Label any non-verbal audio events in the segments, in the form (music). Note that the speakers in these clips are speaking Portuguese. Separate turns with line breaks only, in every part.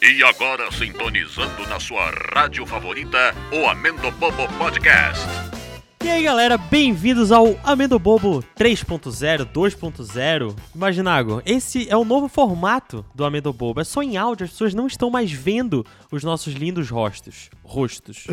E agora sintonizando na sua rádio favorita, o Amendo Bobo Podcast.
E aí galera, bem-vindos ao Amendo Bobo 3.0, 2.0. Imaginago, esse é o novo formato do Amendo Bobo. É só em áudio, as pessoas não estão mais vendo os nossos lindos rostos.
(laughs)
Rostos.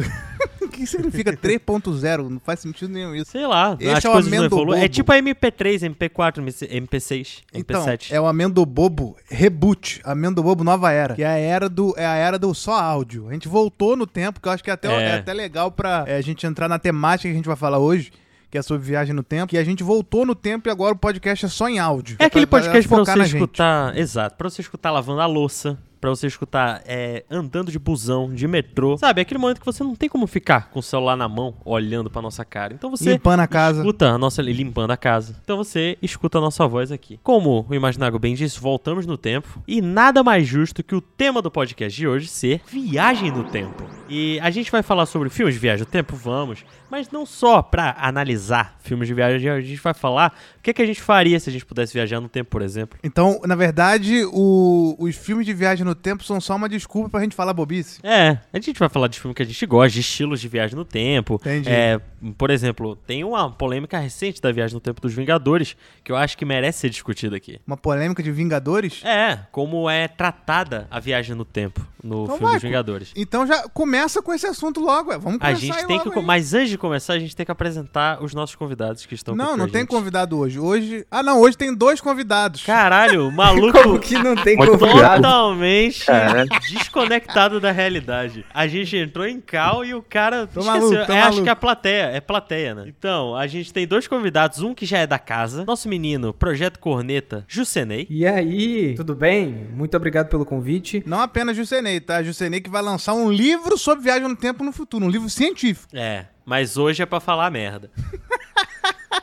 O que significa 3.0? Não faz sentido nenhum isso.
Sei lá,
Esse
as
é o
coisas não
Amendo
evoluem. É
Bobo.
tipo a MP3, MP4, MP6,
Então,
MP7.
é o Amendo Bobo Reboot, Amendo Bobo Nova Era, que é a era do é a era do só áudio. A gente voltou no tempo, que eu acho que é até,
É.
é até legal pra é, a gente entrar na temática que a gente vai falar hoje, que é sobre viagem no tempo, que a gente voltou no tempo e agora o podcast é só em áudio.
É aquele
Pra-
podcast pra
focar
você
na gente.
escutar. Exato, pra você escutar lavando a louça, pra você escutar é, andando de busão, de metrô. Sabe, é aquele momento que você não tem como ficar com o celular na mão, olhando pra nossa cara. Então você
Limpando a casa.
escuta a nossa limpando a casa. Então você escuta a nossa voz aqui. Como o Imaginago bem disse, voltamos no tempo. E nada mais justo que o tema do podcast de hoje ser viagem no tempo. E a gente vai falar sobre filmes de viagem no tempo, vamos. Mas não só pra analisar filmes de viagem, a gente vai falar o que, é que a gente faria se a gente pudesse viajar no tempo, por exemplo.
Então, na verdade, o- os filmes de viagem no tempo são só uma desculpa pra gente falar bobice.
É, a gente vai falar de filme que a gente gosta, de estilos de viagem no tempo.
Entendi.
É, por exemplo, tem uma polêmica recente da viagem no tempo dos Vingadores que eu acho que merece ser discutida aqui.
Uma polêmica de Vingadores?
É, como é tratada a viagem no tempo no
Então
filme
vai,
dos Vingadores.
Então já começa com esse assunto logo, ué. Vamos
A
começar aí
gente tem que.
logo aí.
Mas antes de começar, a gente tem que apresentar os nossos convidados que estão aqui.
Não,
com
não
a
tem
gente.
convidado hoje. Hoje. Ah, não, hoje tem dois convidados.
Caralho,
(laughs)
o maluco.
Como que não tem
é?
convidado?
Totalmente
Caralho.
desconectado da realidade. A gente entrou em cal e o cara
Tô
esqueceu.
maluco, tô
é, acho
maluco.
que é a plateia, é plateia, né? Então, a gente tem dois convidados, um que já é da casa, nosso menino, Projeto Corneta, Jucenei.
E aí, tudo bem? Muito obrigado pelo convite.
Não apenas Jusenei, tá? Jusenei que vai lançar um livro sobre viagem no tempo no futuro, um livro científico.
É, mas hoje é pra falar merda.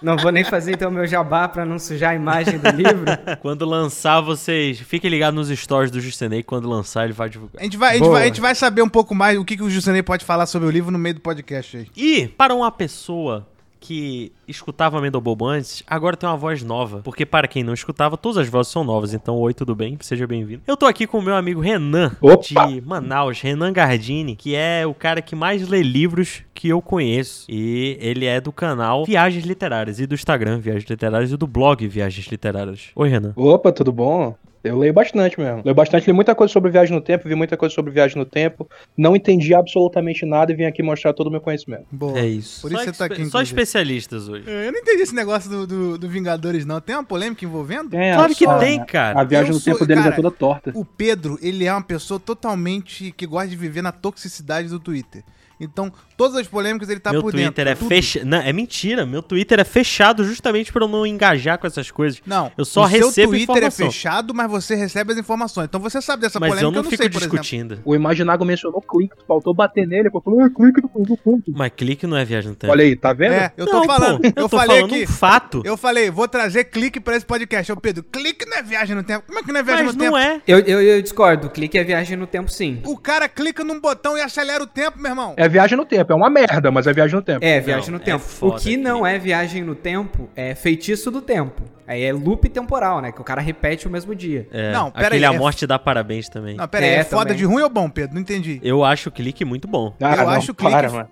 Não vou nem fazer então meu jabá pra não sujar a imagem do livro.
Quando lançar, vocês fiquem ligados nos stories do Justenei. Quando lançar, ele vai divulgar.
A gente vai, a gente
Boa.
vai, a gente vai saber um pouco mais o que, que o Jusenei pode falar sobre o livro no meio do podcast aí.
E, para uma pessoa que escutava Amendo Bobo antes, agora tem uma voz nova. Porque, para quem não escutava, todas as vozes são novas. Então, oi, tudo bem? Seja bem-vindo. Eu tô aqui com o meu amigo Renan,
Opa!
de Manaus, Renan Gardini, que é o cara que mais lê livros que eu conheço. E ele é do canal Viagens Literárias e do Instagram Viagens Literárias e do blog Viagens Literárias. Oi, Renan.
Opa, tudo bom? Eu leio bastante mesmo. Leio bastante, li muita coisa sobre viagem no tempo, vi muita coisa sobre viagem no tempo, não entendi absolutamente nada e vim aqui mostrar todo o meu conhecimento.
Boa.
É isso.
Por isso
só
você
espe-
tá aqui,
Só
inclusive.
especialistas hoje.
É, Eu não entendi esse negócio do, do, do Vingadores, não. Tem uma polêmica envolvendo?
É,
Claro que
só-
tem, cara.
A viagem
Eu
no
sou-
tempo deles
cara,
é toda torta.
O Pedro, ele é uma pessoa totalmente que gosta de viver na toxicidade do Twitter. Então, todas as polêmicas ele tá
meu
por
Twitter
dentro.
é
tudo.
fechado. Não, é mentira. Meu Twitter é fechado justamente pra eu não engajar com essas coisas.
Não,
Eu só
o seu
recebo
Twitter
informação.
é fechado, mas você recebe as informações. Então você sabe dessa
mas
polêmica,
eu não, fico
sei, por exemplo.
discutindo.
O Imaginago mencionou clique, faltou bater nele, pô, falou, ah, clique do do ponto.
Mas clique não é viagem no tempo.
Olha aí, tá vendo?
É, eu tô
Não, pô,
falando, eu,
tô
falei
falando
aqui.
um fato.
Eu falei, vou trazer clique pra esse podcast. Ô, Pedro, clique não é viagem no tempo. Como é que não é viagem
mas
no
não
tempo?
é.
(laughs) Eu, eu, eu discordo, clique é viagem no tempo sim.
O cara clica num botão e acelera o tempo, meu irmão.
É viagem no tempo, é uma merda, mas é viagem no tempo.
É, viagem
Não,
no
é
tempo.
foda,
o que não é viagem no tempo é feitiço do tempo. Aí é loop temporal, né? Que o cara repete o mesmo dia.
É,
Não, pera
aquele
aí,
a
é-
morte dá parabéns também.
Não, pera aí, é,
É,
foda
também.
de ruim ou bom, Pedro? Não entendi.
Eu acho o clique muito bom.
Ah,
eu
não,
acho o clique-
(laughs) para, mano.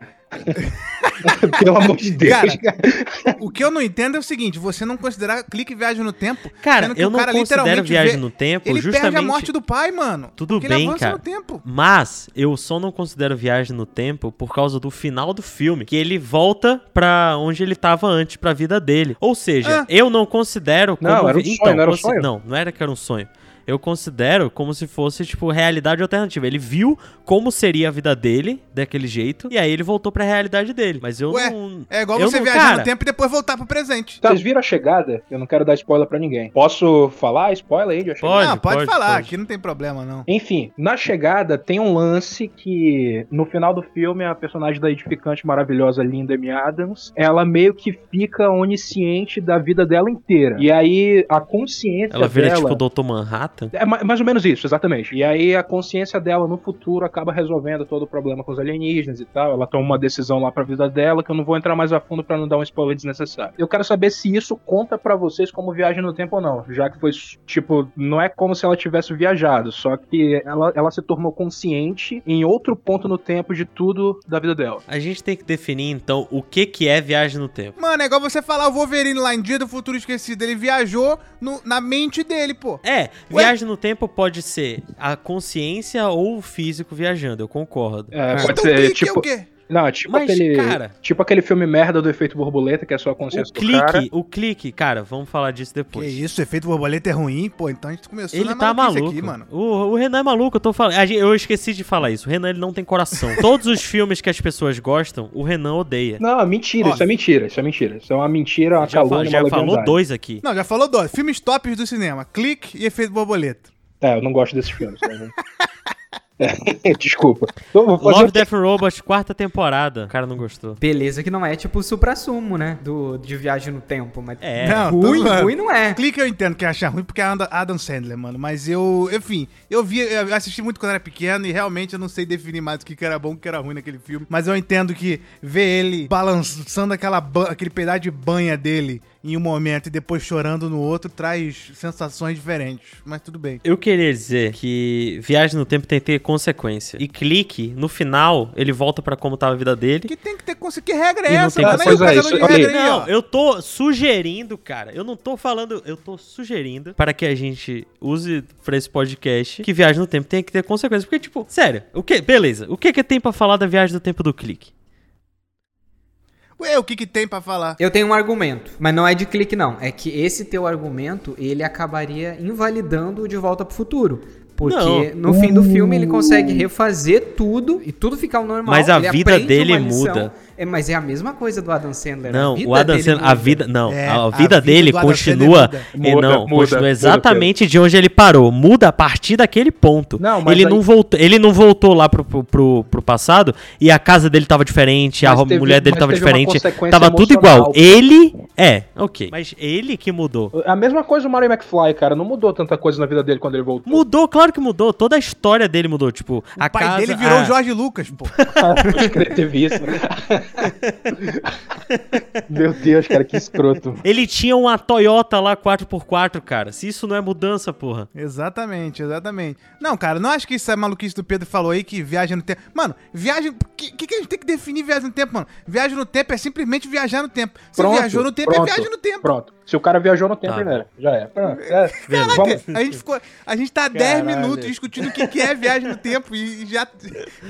Pelo amor de Deus,
Cara,
cara. (laughs)
O que eu não entendo é o seguinte, você não considerar clique viagem no tempo,
Cara,
sendo que
eu
o
não
cara
considero
literalmente
viagem
vê-
no tempo
ele perde
justamente.
a morte do pai, mano.
Tudo
Porque
bem,
ele avança
cara.
no tempo.
Mas eu só não considero viagem no tempo por causa do final do filme, que ele volta pra onde ele tava antes, pra vida dele. Ou seja,
Ah.
eu não considero como
Não, era um
vi- então,
sonho, não era um
consi-
sonho?
Não, não era que era um sonho. Eu considero como se fosse tipo realidade alternativa. Ele viu como seria a vida dele daquele jeito e aí ele voltou pra realidade dele. Mas eu
Ué,
não
É igual
eu
você
não-
viajar
cara,
no tempo e depois voltar pro presente.
Vocês viram a chegada? Eu não quero dar spoiler pra ninguém. Posso falar? Spoiler aí de a chegada?
Pode,
não, pode,
pode,
falar,
pode.
aqui não tem problema, não.
Enfim, na chegada tem um lance que no final do filme a personagem da edificante maravilhosa Linda M. Adams, ela meio que fica onisciente da vida dela inteira. E aí a consciência
Ela vira
dela
tipo o Dr. Manhattan. mata?
É ma- mais ou menos isso, exatamente. E aí a consciência dela no futuro acaba resolvendo todo o problema com os alienígenas e tal. Ela toma uma decisão lá pra vida dela que eu não vou entrar mais a fundo pra não dar um spoiler desnecessário. Eu quero saber se isso conta pra vocês como viagem no tempo ou não, já que foi tipo, não é como se ela tivesse viajado, só que ela, ela se tornou consciente em outro ponto no tempo de tudo da vida dela.
A gente tem que definir então o que que é viagem no tempo.
Mano, é igual você falar o Wolverine lá em Dia do Futuro Esquecido. Ele viajou no- na mente dele, pô.
É, viagem no tempo pode ser a consciência ou o físico viajando, eu concordo.
É,
Então
pode
o que,
ser
que é o
tipo.
quê?
Não, tipo
Mas,
aquele.
cara-
Tipo aquele filme merda do efeito borboleta, que é só a
O
consciência do cara.
clique, o clique, cara, vamos falar disso
Que
depois.
isso, efeito borboleta é ruim, pô. Então a gente começou
Ele
na
tá
maluquice
maluco.
aqui, mano.
O, o Renan é maluco, eu tô falando. A gente- Eu esqueci de falar isso. O Renan ele não tem
(laughs)
coração. Todos os filmes que as pessoas gostam, o Renan odeia.
Não, mentira,
Ó,
isso é mentira, isso é mentira. Isso é uma mentira, uma
já fa-
calúnia,
já
uma
falou
leviandade.
dois aqui.
Não, já falou dois. Filmes tops do cinema. Clique e efeito borboleta.
É, eu não gosto desses filmes. né? (laughs) É, (laughs) Desculpa. Eu vou fazer
Love,
o quê?
Death and Robots, quarta temporada. O cara não gostou.
Beleza que não é tipo o supra-sumo, né? Do, de viagem no tempo, mas...
É.
Não, tô
ruim,
zoando.
ruim não é.
Clique eu entendo que é achar ruim porque é Adam- Adam Sandler, mano. Mas eu, enfim, eu vi, eu assisti muito quando era pequeno e realmente eu não sei definir mais o que que era bom e o que era ruim naquele filme. Mas eu entendo que ver ele balançando aquela ba- aquele pedaço de banha dele em um momento e depois chorando no outro traz sensações diferentes. Mas tudo bem.
Eu queria dizer que viagem no tempo tem que ter consequência. E clique, no final, ele volta pra como tava a vida dele.
Que tem que ter conseguir. Que regra é
E não
essa,
tem
mano? Aí o
coisa-
casador
isso-
de
olha aí.
regra aí, ó.
Não, eu tô sugerindo, cara. Eu não tô falando, eu tô sugerindo para que a gente use pra esse podcast que viagem no tempo tem que ter consequências. Porque, tipo, sério, o que? Beleza. O que que tem pra falar da viagem no tempo do clique?
Ué, o que que tem pra falar?
Eu tenho um argumento, mas não é de clique não. É que esse teu argumento, ele acabaria invalidando o De Volta pro Futuro. Porque
Não.
no fim do filme ele consegue refazer tudo e tudo ficar o normal.
Mas a
ele
vida
aprende
dele
uma lição.
muda.
É, mas é a mesma coisa do Adam Sandler.
Não,
a vida
o Adam
dele
Sandler, a
muda.
vida, não,
É,
a
a
vida
vida
dele
do Adam
continua,
Sandler
e
muda.
não,
Muda, muda,
continua
muda,
exatamente de onde ele parou, muda a partir daquele ponto.
Não, mas
ele
aí-
não voltou, ele não voltou lá pro, pro, pro, pro passado e a casa dele tava diferente, a
Mas teve-
mulher dele
mas
tava
teve uma
diferente,
consequência
tava tudo igual.
emocional.
Ele é, OK. Mas ele que mudou.
A mesma coisa o Mario McFly, cara. Não mudou tanta coisa na vida dele quando ele voltou. (laughs)
Mudou, claro que mudou, toda a história dele mudou, tipo, a
O pai
casa, é.
dele virou
a-
o Jorge Lucas, pô.
Pode crer, teve isso. né?
(laughs)
Meu Deus, cara, que escroto.
Ele tinha uma Toyota lá 4x4, cara. Se isso não é mudança, porra.
Exatamente, exatamente. Não, cara, não acho que isso é maluquice do Pedro falou aí que viagem no tempo. Mano, viagem. O que, que que a gente tem que definir viagem no tempo, mano? Viagem no tempo é simplesmente viajar no tempo. Se viajou no tempo, é viagem no tempo.
Pronto. Se o cara viajou no tempo,
Tá.
ele era. Já é. Pronto. é.
Verdade.
Vamos,
A gente ficou. A gente tá há 10
Caralho.
minutos discutindo o que, que é viagem no tempo e já,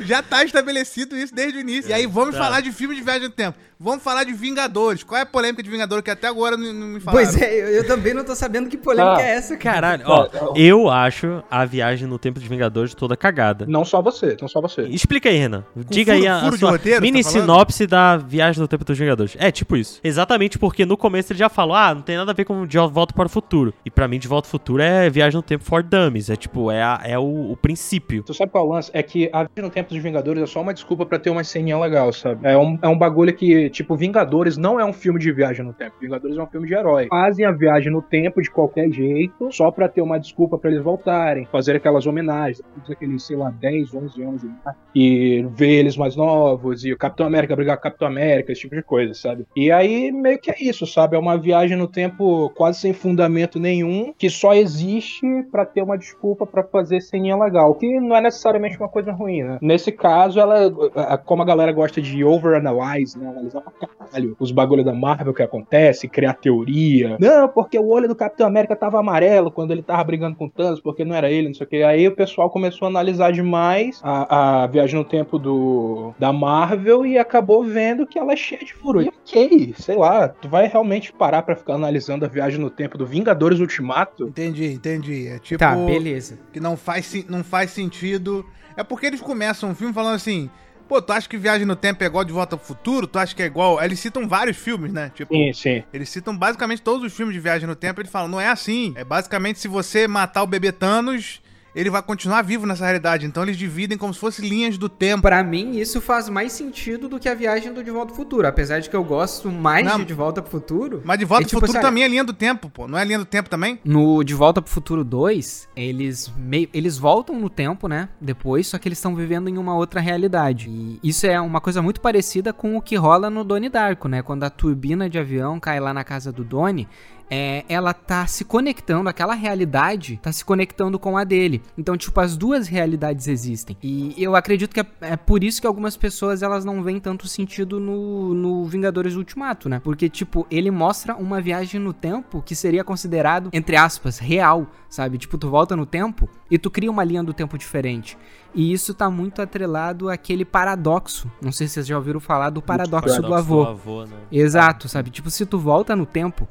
já tá estabelecido isso desde o início. E aí vamos falar de filme de viagem no tempo. Vamos falar de Vingadores. Qual é a polêmica de Vingadores que até agora não, não me falaram?
Pois é, eu, eu também não tô sabendo que polêmica
Ah.
é essa, cara.
Caralho, ó, eu acho a viagem no tempo dos Vingadores toda cagada.
não só você, não só você.
Explica aí, Renan. Diga
furo-
aí a, a
furo de
sua
roteiro, tá
mini
falando?
sinopse da viagem no tempo dos Vingadores. É, tipo isso. Exatamente porque no começo ele já falou, ah, não tem nada a ver com De Volta para o Futuro. E pra mim, De Volta para o Futuro é viagem no tempo for dummies. É tipo, é, a- é o, o princípio.
Tu sabe qual é o lance? É que a vida no tempo dos Vingadores é só uma desculpa pra ter uma ceninha legal, sabe? É um, é um bagulho que, tipo, Vingadores não é um filme de viagem no tempo. Vingadores é um filme de herói. Fazem a viagem no tempo de qualquer jeito, só pra ter uma desculpa pra eles voltarem, fazer aquelas homenagens, todos aqueles, sei lá, 10, 11 anos de idade, e ver eles mais novos, e o Capitão América brigar com o Capitão América, esse tipo de coisa, sabe? E aí meio que é isso, sabe? É uma viagem no tempo quase sem fundamento nenhum, que só existe pra ter uma desculpa pra fazer ceninha legal, que não é necessariamente uma coisa ruim, né? Nesse caso, ela, a- a- como a galera gosta de overanalyze, né? Analisar pra caralho os bagulhos da Marvel que acontece, criar teoria. Não, porque o olho do Capitão América tava amarelo quando ele tava brigando com o Thanos, porque não era ele, não sei o que. Aí o pessoal começou a analisar demais a, a viagem no tempo do da Marvel e acabou vendo que ela é cheia de furo. E ok, sei lá, tu vai realmente parar pra ficar analisando a viagem no tempo do Vingadores Ultimato?
Entendi, entendi. É tipo.
Tá, beleza.
que não faz, sen- não faz sentido. É porque eles começam um filme falando assim: pô, tu acha que Viagem no Tempo é igual de Volta pro Futuro? Tu acha que é igual. Aí Eles citam vários filmes, né? Tipo,
Sim, sim.
eles citam basicamente todos os filmes de Viagem no Tempo. Eles falam: não é assim. É basicamente se você matar o bebê Thanos. ele vai continuar vivo nessa realidade. Então eles dividem como se fossem linhas do tempo.
Pra mim, isso faz mais sentido do que a viagem do De Volta ao Futuro. Apesar de que eu gosto mais
Não.
de De Volta pro Futuro.
Mas de volta
É
pro
tipo
futuro
assim, olha,
também é linha do tempo, pô. Não é linha do tempo também?
No De Volta pro Futuro 2, eles meio, eles voltam no tempo, né? Depois, só que eles estão vivendo em uma outra realidade. E isso é uma coisa muito parecida com o que rola no Donnie Darko, né? Quando a turbina de avião cai lá na casa do Donnie, é, ela tá se conectando, aquela realidade tá se conectando com a dele. Então, tipo, as duas realidades existem. E eu acredito que é, é por isso que algumas pessoas elas não veem tanto sentido no, no Vingadores Ultimato, né? Porque, tipo, ele mostra uma viagem no tempo que seria considerado, entre aspas, real, sabe? Tipo, tu volta no tempo e tu cria uma linha do tempo diferente. E isso tá muito atrelado àquele paradoxo. Não sei se vocês já ouviram falar do paradoxo do avô.
avô né?
Exato, sabe? Tipo, se tu volta no tempo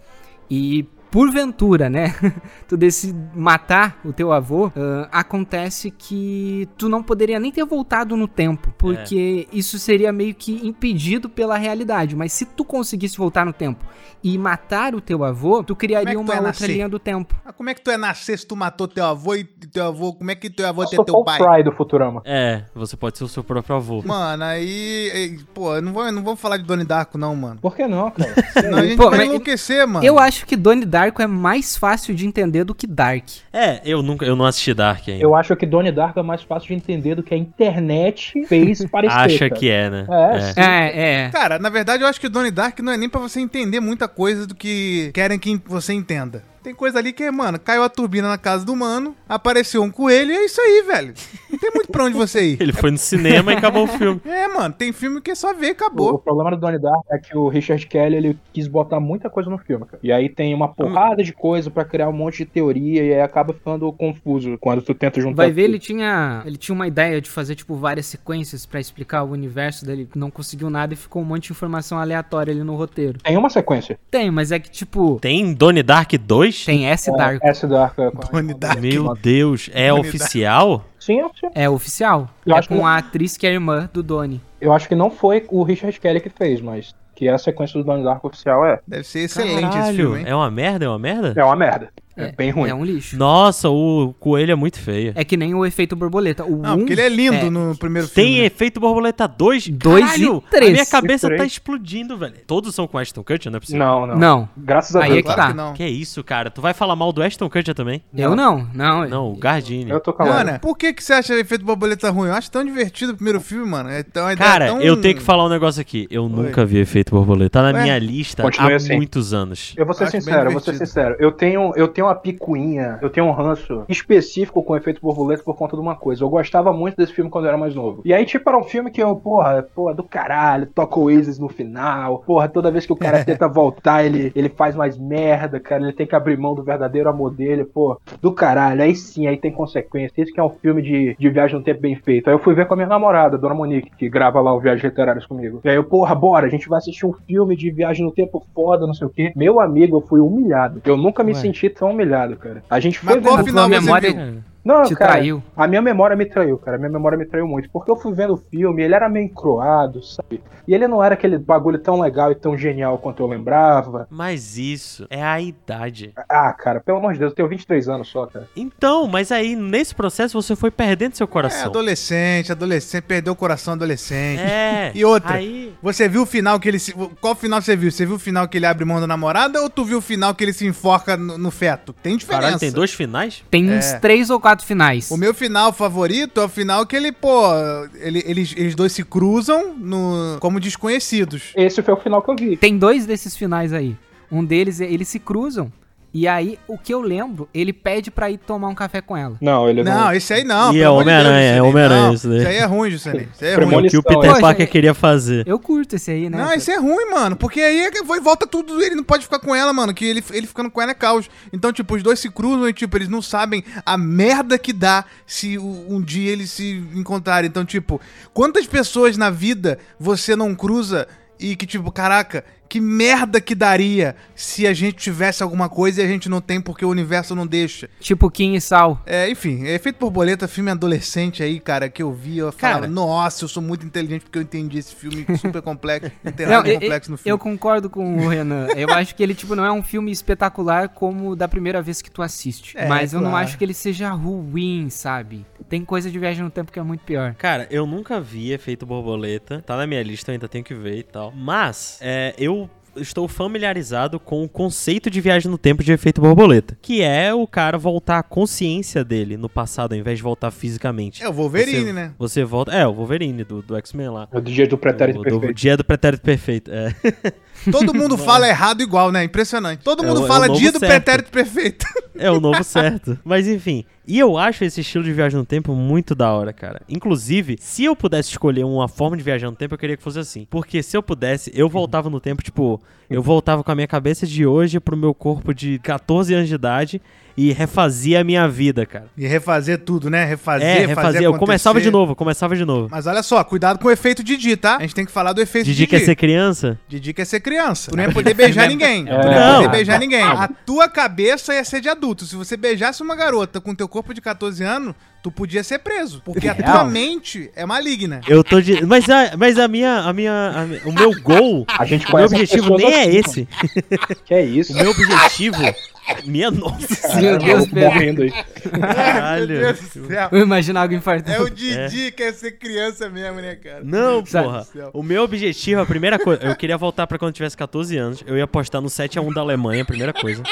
e porventura, né, (laughs) tu decide matar o teu avô, ah, acontece que tu não poderia nem ter voltado no tempo, porque
É.
isso seria meio que impedido pela realidade. Mas se tu conseguisse voltar no tempo e matar o teu avô, tu criaria
Como é que tu
uma
ia
outra
nascer?
linha do tempo.
Ah, como é que tu ia nascer se tu matou teu avô e teu avô? Como é que teu avô
Eu
é
sou
teu
Paul
pai?
Fry do Futurama.
É, você pode ser o seu próprio avô.
Mano, aí. eh, Pô, eu não vou, eu não vou falar de Donnie Darko, não, mano.
Por que não, cara?
Senão a gente
Pô,
vai
mas-
enlouquecer, mano.
Eu acho que Donnie Darko é mais fácil de entender do que Dark.
É, eu nunca, eu não assisti Dark ainda.
Eu acho que Donnie Darko é mais fácil de entender do que a internet fez parecer.
Acha
cara.
que é, né?
É, sim.
É, é.
Cara, na verdade eu acho que o Donnie Dark não é nem pra você entender muita coisa do que querem que você entenda. Tem coisa ali que é, mano, caiu a turbina na casa do mano, apareceu um coelho e é isso aí, velho. Não tem muito pra onde você ir.
(laughs) Ele foi no cinema e acabou o filme.
É, mano, tem filme que é só ver e
O, o
acabou.
problema do Donnie Darko é que o Richard Kelly ele quis botar muita coisa no filme, cara. E aí tem uma porrada de coisa pra criar um monte de teoria e aí acaba ficando confuso quando tu tenta juntar.
Vai ver,
tudo.
ele tinha, ele tinha uma ideia de fazer, tipo, várias sequências pra explicar o universo dele, não conseguiu nada e ficou um monte de informação aleatória ali no roteiro.
Tem uma sequência.
Tem, mas é que, tipo,
Tem Donnie Dark 2?
tem S Dark.
Essa Dark. é-
Donnie Dark.
Meu Deus, é
Donnie
oficial?
Sim, é sim.
É oficial.
Eu
é
acho que
com
não-
a atriz que é irmã do Donnie.
eu acho que não foi o Richard Kelly que fez, mas que a sequência do Donnie Darko oficial é.
Deve ser excelente esse
Caralho,
filme, hein?
É uma merda, é uma merda?
É uma merda. É, bem ruim.
É um lixo.
Nossa, o coelho é muito feio.
É que nem o efeito borboleta. O
Não,
um,
porque ele é lindo
é.
no primeiro
Tem
filme. né?
efeito borboleta 2?
Dois
Caralho,
e três.
A minha cabeça
E três.
tá explodindo, velho. Todos são com Ashton Kutcher, não é possível?
Não, não.
Não.
Graças a
Aí
Deus.
é que
cara.
Claro
tá.
que não.
Que isso, cara? Tu vai falar mal do Ashton Kutcher também?
Eu não, não.
Não, o Gardini.
Eu tô calado.
Mano, por que, que você acha efeito borboleta ruim? Eu acho tão divertido o primeiro filme, mano. É tão, é
Cara,
tão-
eu tenho que falar um negócio aqui. Eu nunca vi efeito borboleta. Tá na
Ué?
minha lista
Continue
há
assim.
muitos anos.
Eu vou ser
Acho bem
sincero, eu vou ser
divertido.
sincero. Eu tenho, eu tenho uma picuinha, eu tenho um ranço específico com efeito borboleta por conta de uma coisa. Eu gostava muito desse filme quando eu era mais novo. E aí, tipo, era um filme que eu, porra, porra, do caralho, toca o Oasis no final. Porra, toda vez que
(laughs)
o cara tenta voltar, ele, ele faz mais merda, cara. Ele tem que abrir mão do verdadeiro amor dele, pô. Do caralho, aí sim, aí tem consequência. Isso que é um filme de, de viagem no tempo bem feito. Aí eu fui ver com a minha namorada, Dona Monique, que grava lá o Viagens Literárias comigo. E aí eu, porra, bora, a gente vai assistir um filme de viagem no tempo foda, não sei o quê. Meu amigo, eu fui humilhado. Eu nunca me
Ué.
senti tão humilhado, cara. A gente
Mas
foi
qual
vendo-
o final
A
você
memória-
viu?
Não,
Te
cara,
traiu.
a minha memória me traiu, cara. A minha memória me traiu muito. Porque eu fui vendo o filme, ele era meio croado, sabe? E ele não era aquele bagulho tão legal e tão genial quanto eu lembrava.
Mas isso é a idade.
Ah, cara, pelo amor de Deus, eu tenho 23 anos só, cara.
Então, mas aí nesse processo você foi perdendo seu
É,
coração.
adolescente, adolescente, perdeu o coração adolescente.
É.
E outra?
Aí.
Você viu o final que ele se. Qual final você viu? Você viu o final que ele abre mão da namorada ou tu viu o final que ele se enforca no, no feto? Tem diferença.
Caralho, tem dois finais?
Tem uns três ou quatro finais.
é. O meu final favorito é o final que ele, pô, ele- eles, eles dois se cruzam no, como desconhecidos.
Esse foi o final que eu vi.
Tem dois desses finais aí. Um deles, é- eles se cruzam. E aí, o que eu lembro, ele pede pra ir tomar um café com ela.
Não, ele é não.
Não, esse aí não.
E
pelo
é
amor de Deus,
Homem-Aranha,
Juscelino.
é Homem-Aranha
Não,
isso daí.
Isso aí é ruim, Juscelino. Isso aí é
Premoni-
ruim.
O que o
Demolição,
Peter
é.
Parker queria fazer.
Eu curto esse aí, né?
Não, isso é ruim, mano. Porque aí é- vai- volta tudo, ele não pode ficar com ela, mano. Que ele, ele ficando com ela é caos. Então, tipo, os dois se cruzam e, tipo, eles não sabem a merda que dá se o- um dia eles se encontrarem. Então, tipo, quantas pessoas na vida você não cruza e que, tipo, caraca, que merda que daria se a gente tivesse alguma coisa e a gente não tem porque o universo não deixa.
Tipo Kim e Sal.
É, enfim, Efeito Borboleta, filme adolescente aí, cara, que eu vi, eu falava,
Cara.
nossa, eu sou muito inteligente porque eu entendi
(laughs)
esse filme super complexo, não tem
Não,
nada de
eu,
complexo no
eu- eu
filme.
concordo com o Renan. Eu acho que ele, tipo, não é um filme espetacular como da primeira vez que tu assiste.
É,
mas eu não
claro.
acho que ele seja ruim, sabe? Tem coisa de viagem no tempo que é muito pior.
Cara, eu nunca vi efeito borboleta. Tá na minha lista, eu ainda tenho que ver e tal. Mas, é, eu. Estou familiarizado com o conceito de viagem no tempo de efeito borboleta, que é o cara voltar a consciência dele no passado ao invés de voltar fisicamente.
É o Wolverine,
Você-
né?
Você volta. É, o Wolverine do, do X-Men lá.
É do dia do pretérito
O- do-
perfeito.
Dia do Pretérito Perfeito. É. (laughs)
Todo mundo fala errado igual, né? Impressionante. Todo
É
mundo
o- é o
fala
novo
dia do
certo. (laughs)
pretérito perfeito.
É o novo certo. Mas enfim. E eu acho esse estilo de viagem no tempo muito da hora, cara. Inclusive, se eu pudesse escolher uma forma de viajar no tempo, eu queria que fosse assim. Porque se eu pudesse, eu voltava no tempo, tipo, eu voltava com a minha cabeça de hoje pro meu corpo de 14 anos de idade e refazia a minha vida, cara.
E refazer tudo, né? Refazer,
é, refazia. Eu começava de
acontecer.
novo, começava de novo.
Mas olha só, cuidado com o efeito Didi, tá? A gente tem que falar do efeito
Didi
Didi.
quer ser criança?
Didi quer ser criança. Tu não ia poder beijar ninguém.
É.
Tu não ia
Não.
poder beijar ninguém. A tua cabeça ia ser de adulto. Se você beijasse uma garota com teu corpo de 14 anos, tu podia ser preso. Porque a tua
Real.
mente é maligna.
Eu tô de. Mas a, mas a minha. A minha a mi- o meu gol.
A gente
O meu
conhece as
objetivo
pessoas
nem é
assim,
esse.
mano. Que é isso?
O meu objetivo. Minha nossa
Meu Deus,
Maluco
Pedro.
morrendo aí.
Caralho.
(laughs) Meu Deus do céu.
Eu imagino algo infartando.
É o Didi que quer ser criança mesmo, né, cara?
Não,
Sabe,
porra.
céu.
O meu objetivo, a primeira coisa, eu queria voltar pra quando eu tivesse 14 anos. Eu ia apostar no 7 a 1 da Alemanha, primeira coisa.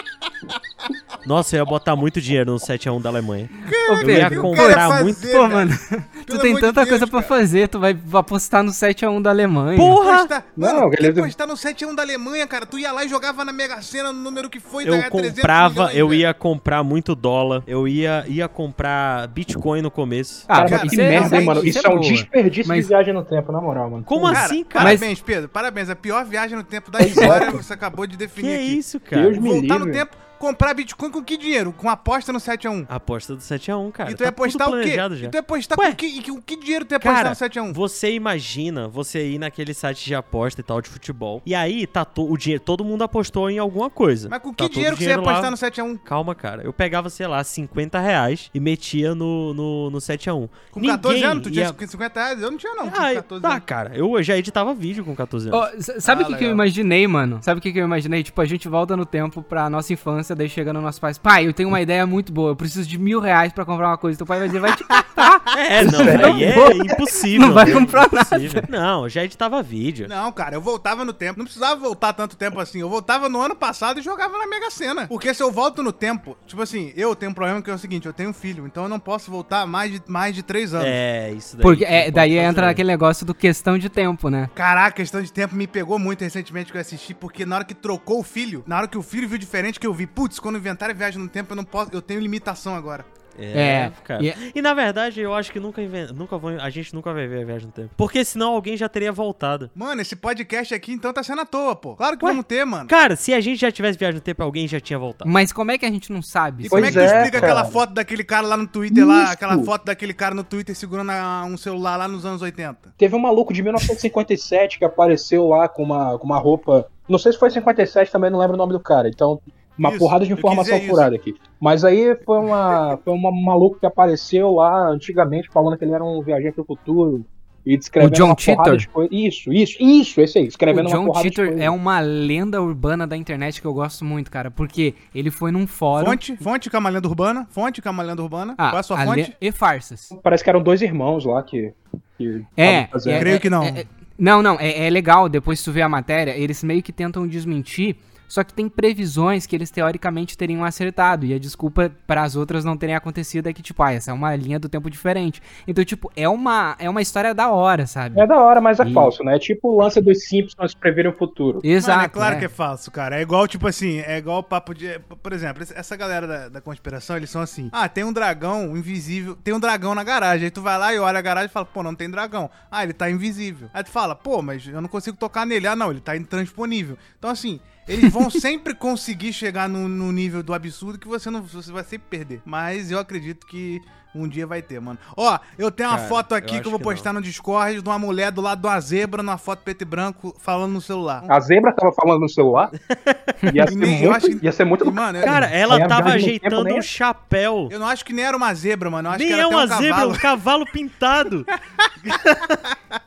Nossa, eu ia botar muito dinheiro no 7 a 1 da Alemanha.
Ô,
Eu ia
Pedro,
o cara ia
comprar
fazer,
muito.
Pô,
cara.
mano, (laughs) tu
Pelo
tem
amor de
tanta
Deus,
coisa pra
cara.
fazer, tu vai apostar no 7x1 da Alemanha.
Porra!
Postar,
Não,
mano, tu
ele-
ia postar no 7x1 da Alemanha, cara. Tu ia lá e jogava na Mega Sena no número que foi.
Eu
dava 300
comprava,
né? milhões, né?
eu
velho.
ia comprar muito dólar, eu ia ia comprar Bitcoin no começo.
Ah,
Cara,
mas
que
isso é-
merda, hein,
isso
mano.
é
Isso é um
boa.
desperdício
Mas-
de viagem no tempo, na moral, mano.
Como
Pô,
assim, cara?
Parabéns, Pedro. Parabéns. A pior viagem no tempo da história é você acabou de
Que
definir
é
aqui.
isso, cara?
Deus me
Voltar no
livre.
tempo, comprar Bitcoin com que dinheiro? Com aposta no 7x1.
Aposta do 7 a 1, cara.
e tu
Tá
ia
tudo
apostar o quê?
planejado já.
E tu ia apostar
Ué?
com que, e com que dinheiro tu ia apostar
Cara,
no 7x1?
você imagina você ir naquele site de aposta e tal de futebol. E aí tá to- o dinheiro, todo mundo apostou em alguma coisa.
Mas com
Tá
que
todo
dinheiro que você
lá-
ia apostar no 7x1?
Calma, cara. Eu pegava, sei lá, 50 reais e metia no, no, no 7x1.
Com 14 anos? Tu tinha
ia...
50 reais? Eu não tinha, não. Com
Ah,
14
tá,
anos.
cara. Eu já editava vídeo com 14 anos.
Ó, s- sabe o
Ah,
que, que eu
legal.
imaginei, mano? Sabe o que, que eu imaginei? Tipo, a gente volta no tempo pra nossa infância, daí chegando nossos pais. Pai, eu tenho uma ideia muito boa, eu preciso de mil reais pra comprar uma coisa. Teu pai vai dizer, vai
(laughs)
te
Oh,
matar.
É, não, aí é impossível.
Não vai
né?
comprar nada.
Impossível. Não, eu já editava vídeo.
Não, cara, eu voltava no tempo. Não precisava voltar tanto tempo assim. Eu voltava no ano passado e jogava na Mega Sena. Porque se eu volto no tempo, tipo assim, eu tenho um problema que é o seguinte: eu tenho um filho, então eu não posso voltar mais de, mais de 3 anos.
É, isso daí.
Porque
que
é,
tipo,
não
daí
pode fazer.
entra naquele negócio do questão de tempo, né?
Caraca, questão de tempo me pegou muito recentemente que eu assisti, porque na hora que trocou o filho, na hora que o filho viu diferente, que eu vi, putz, quando inventaram a viagem no tempo, eu não posso, eu tenho limitação agora.
É,
É,
cara.
e-
E... na verdade, eu acho que nunca, inven- nunca vão... a gente nunca vai ver a viagem no tempo. Porque senão alguém já teria voltado.
Mano, esse podcast aqui então tá sendo à toa, pô. Claro que
Ué?
vamos ter, mano.
Cara, se a gente já tivesse viagem no tempo, alguém já tinha voltado.
Mas como é que a gente não
Tá. E
sabe?
como é
Pois
que tu
é,
explica
cara.
aquela foto daquele cara lá no Twitter, lá,
Isso.
aquela foto daquele cara no Twitter segurando ah, um celular lá nos anos 80?
Teve um maluco de 1957 que apareceu lá com uma, com uma roupa. Não sei se foi 57 também, não lembro o nome do cara. Então, uma
Isso,
porrada de
eu quis
informação
dizer isso.
furada aqui. Mas aí foi uma foi um maluco que apareceu lá antigamente falando que ele era um viajante do futuro e descrevendo
O John
uma porrada
Titor?
de coisa. Isso, isso, isso, esse aí,
O
escrevendo uma
John
porrada de
Titor
coisa.
é uma lenda urbana da internet que eu gosto muito, cara. Porque ele foi num fórum. Ah,
Fonte, fonte Camalhando Urbana, fonte Camalhando Urbana. Qual é a sua
a le-
fonte?
E farças.
Parece que eram dois irmãos lá que. que
É,
estavam fazendo.
é,
Creio
é,
que não.
é, é- não, não, é, é legal, depois que tu vê a matéria, eles meio que tentam desmentir, só que tem previsões que eles teoricamente teriam acertado, e a desculpa para as outras não terem acontecido é que, tipo, ah, essa é uma linha do tempo diferente. Então, tipo, é uma, é uma história da hora, sabe?
É da hora, mas é
Ih.
falso, né? É tipo o lance dos Simpsons preverem o futuro.
Exato. né?
Mano, é claro que é falso, cara. É igual, tipo assim, é igual o papo de. é, Por exemplo, esse- essa galera da, da conspiração, eles são assim: ah, tem um dragão invisível, tem um dragão na garagem. Aí tu vai lá e olha a garagem e fala, pô, não tem dragão. Ah, ele tá invisível. Aí tu fala, pô, mas eu não consigo tocar nele. Ah, não, ele tá intransponível. Então, assim, Eles vão sempre conseguir chegar no, no nível do absurdo que você não você vai sempre perder. Mas eu acredito que um dia vai ter, mano. Ó, eu tenho uma
Cara,
foto
eu
aqui que
acho
eu vou
que
postar no Discord de uma mulher do lado de uma zebra, numa foto preto e branco, falando no
Hum.
celular.
A zebra tava falando
(laughs)
no celular? Ia ser
Nem- eu
muito,
acho que-
ia ser muito do
Mano, eu-
Cara,
Aí
é
ela
a
tava
viagem no tempo
ajeitando
né?
nem
um
é-
chapéu.
eu não acho que nem era uma zebra, mano. Eu acho
Nem
que era
é
até
uma
um
zebra, é
cavalo.
um
(laughs)
cavalo pintado.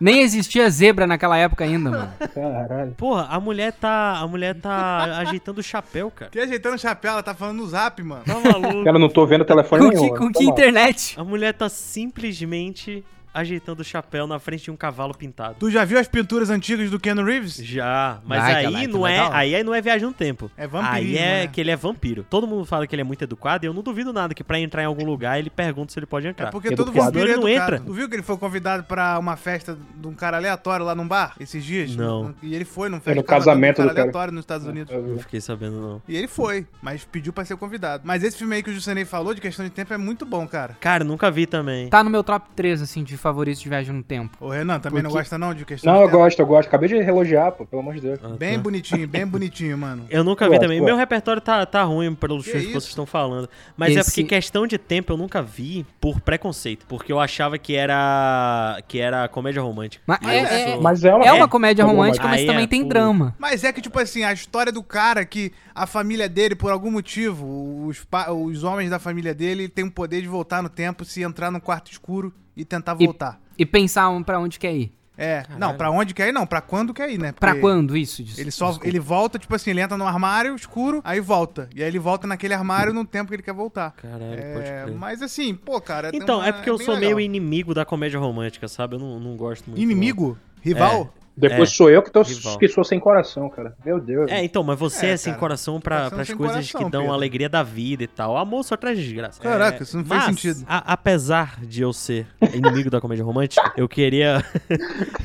Nem existia zebra naquela época ainda, mano.
Caralho.
Porra, a mulher tá. A mulher tá ajeitando o chapéu, cara.
Que ajeitando o chapéu, ela tá falando no zap, mano.
Tá maluco?
Cara, eu não tô vendo o telefone
Com
nenhum.
que,
né?
com
Tá
que
mal.
internet?
A mulher tá simplesmente ajeitando o chapéu na frente de um cavalo pintado.
Tu já viu as pinturas antigas do Ken Reeves?
Já, mas
Vai,
aí
caralho, tu
não
vai
é,
dar aula.
aí, aí não é viagem no tempo.
É vampirismo,
Aí é
né?
que ele é vampiro. Todo mundo fala que ele é muito educado e eu não duvido nada que pra entrar em algum lugar ele pergunta se ele pode entrar.
É porque
Educado.
todo vampiro é
Ele não
educado.
entra.
Tu viu que ele foi convidado pra uma festa de um cara aleatório lá num bar esses dias?
Não. É.
E ele foi num festa
no
de casamento de um
casamento do cara.
aleatório nos Estados Unidos.
Não fiquei sabendo não.
E ele foi, mas pediu pra ser convidado. Mas esse filme aí que o Jusanei falou, de questão de tempo, é muito bom, cara.
Cara, nunca vi também.
Tá no meu top 3, assim, de favoritos de viagem no tempo.
Ô, Renan, também não
Porque-
gosta não de questão
Não,
de
eu
tempo?
gosto, eu gosto. Acabei de relogiar, pô, pelo amor de Deus.
Ah, tá.
Bem bonitinho, bem bonitinho, mano.
Eu nunca vi
Ué,
também.
ué.
Meu repertório tá, tá ruim pelos
Que
filmes que
isso?
vocês estão falando. Mas é porque
Esse-
questão de tempo eu nunca vi por preconceito. Porque eu achava que era. que era comédia romântica.
Mas
E
é-
eu
é-
sou-
Mas é uma.
É uma comédia
Alguma-
romântica, mas
Aí é,
também tem
pô.
drama.
Mas é que, tipo assim, a história do cara que a família dele, por algum motivo, os, pa- os homens da família dele têm o poder de voltar no tempo se entrar num quarto escuro e tentar
E-
voltar.
E pensar um pra onde quer ir.
É, não, pra onde quer ir não, pra quando quer ir, né?
Pra
Porque
quando isso? Des-
Ele só,
desculpa.
ele volta, tipo assim, ele entra no armário escuro, aí volta. E aí ele volta naquele armário no tempo que ele quer voltar.
Caralho, pode
É,
crer.
mas assim, pô, cara... tem
Então,
uma-
é porque eu
bem
sou
legal.
meio inimigo da comédia romântica, sabe? Eu não, não gosto muito. não.
Inimigo? Rival?
Depois sou eu que, tô,
Rival.
que sou sem coração, cara. Meu Deus.
É, então, mas você é,
É,
sem
cara.
coração pra,
Coração
pras
sem
coisas
coração,
que dão
Pedro.
alegria da vida e tal. Amor só traz desgraça.
Caraca,
É,
isso não faz
mas,
sentido.
a- apesar de eu ser inimigo da comédia romântica, eu queria. (laughs)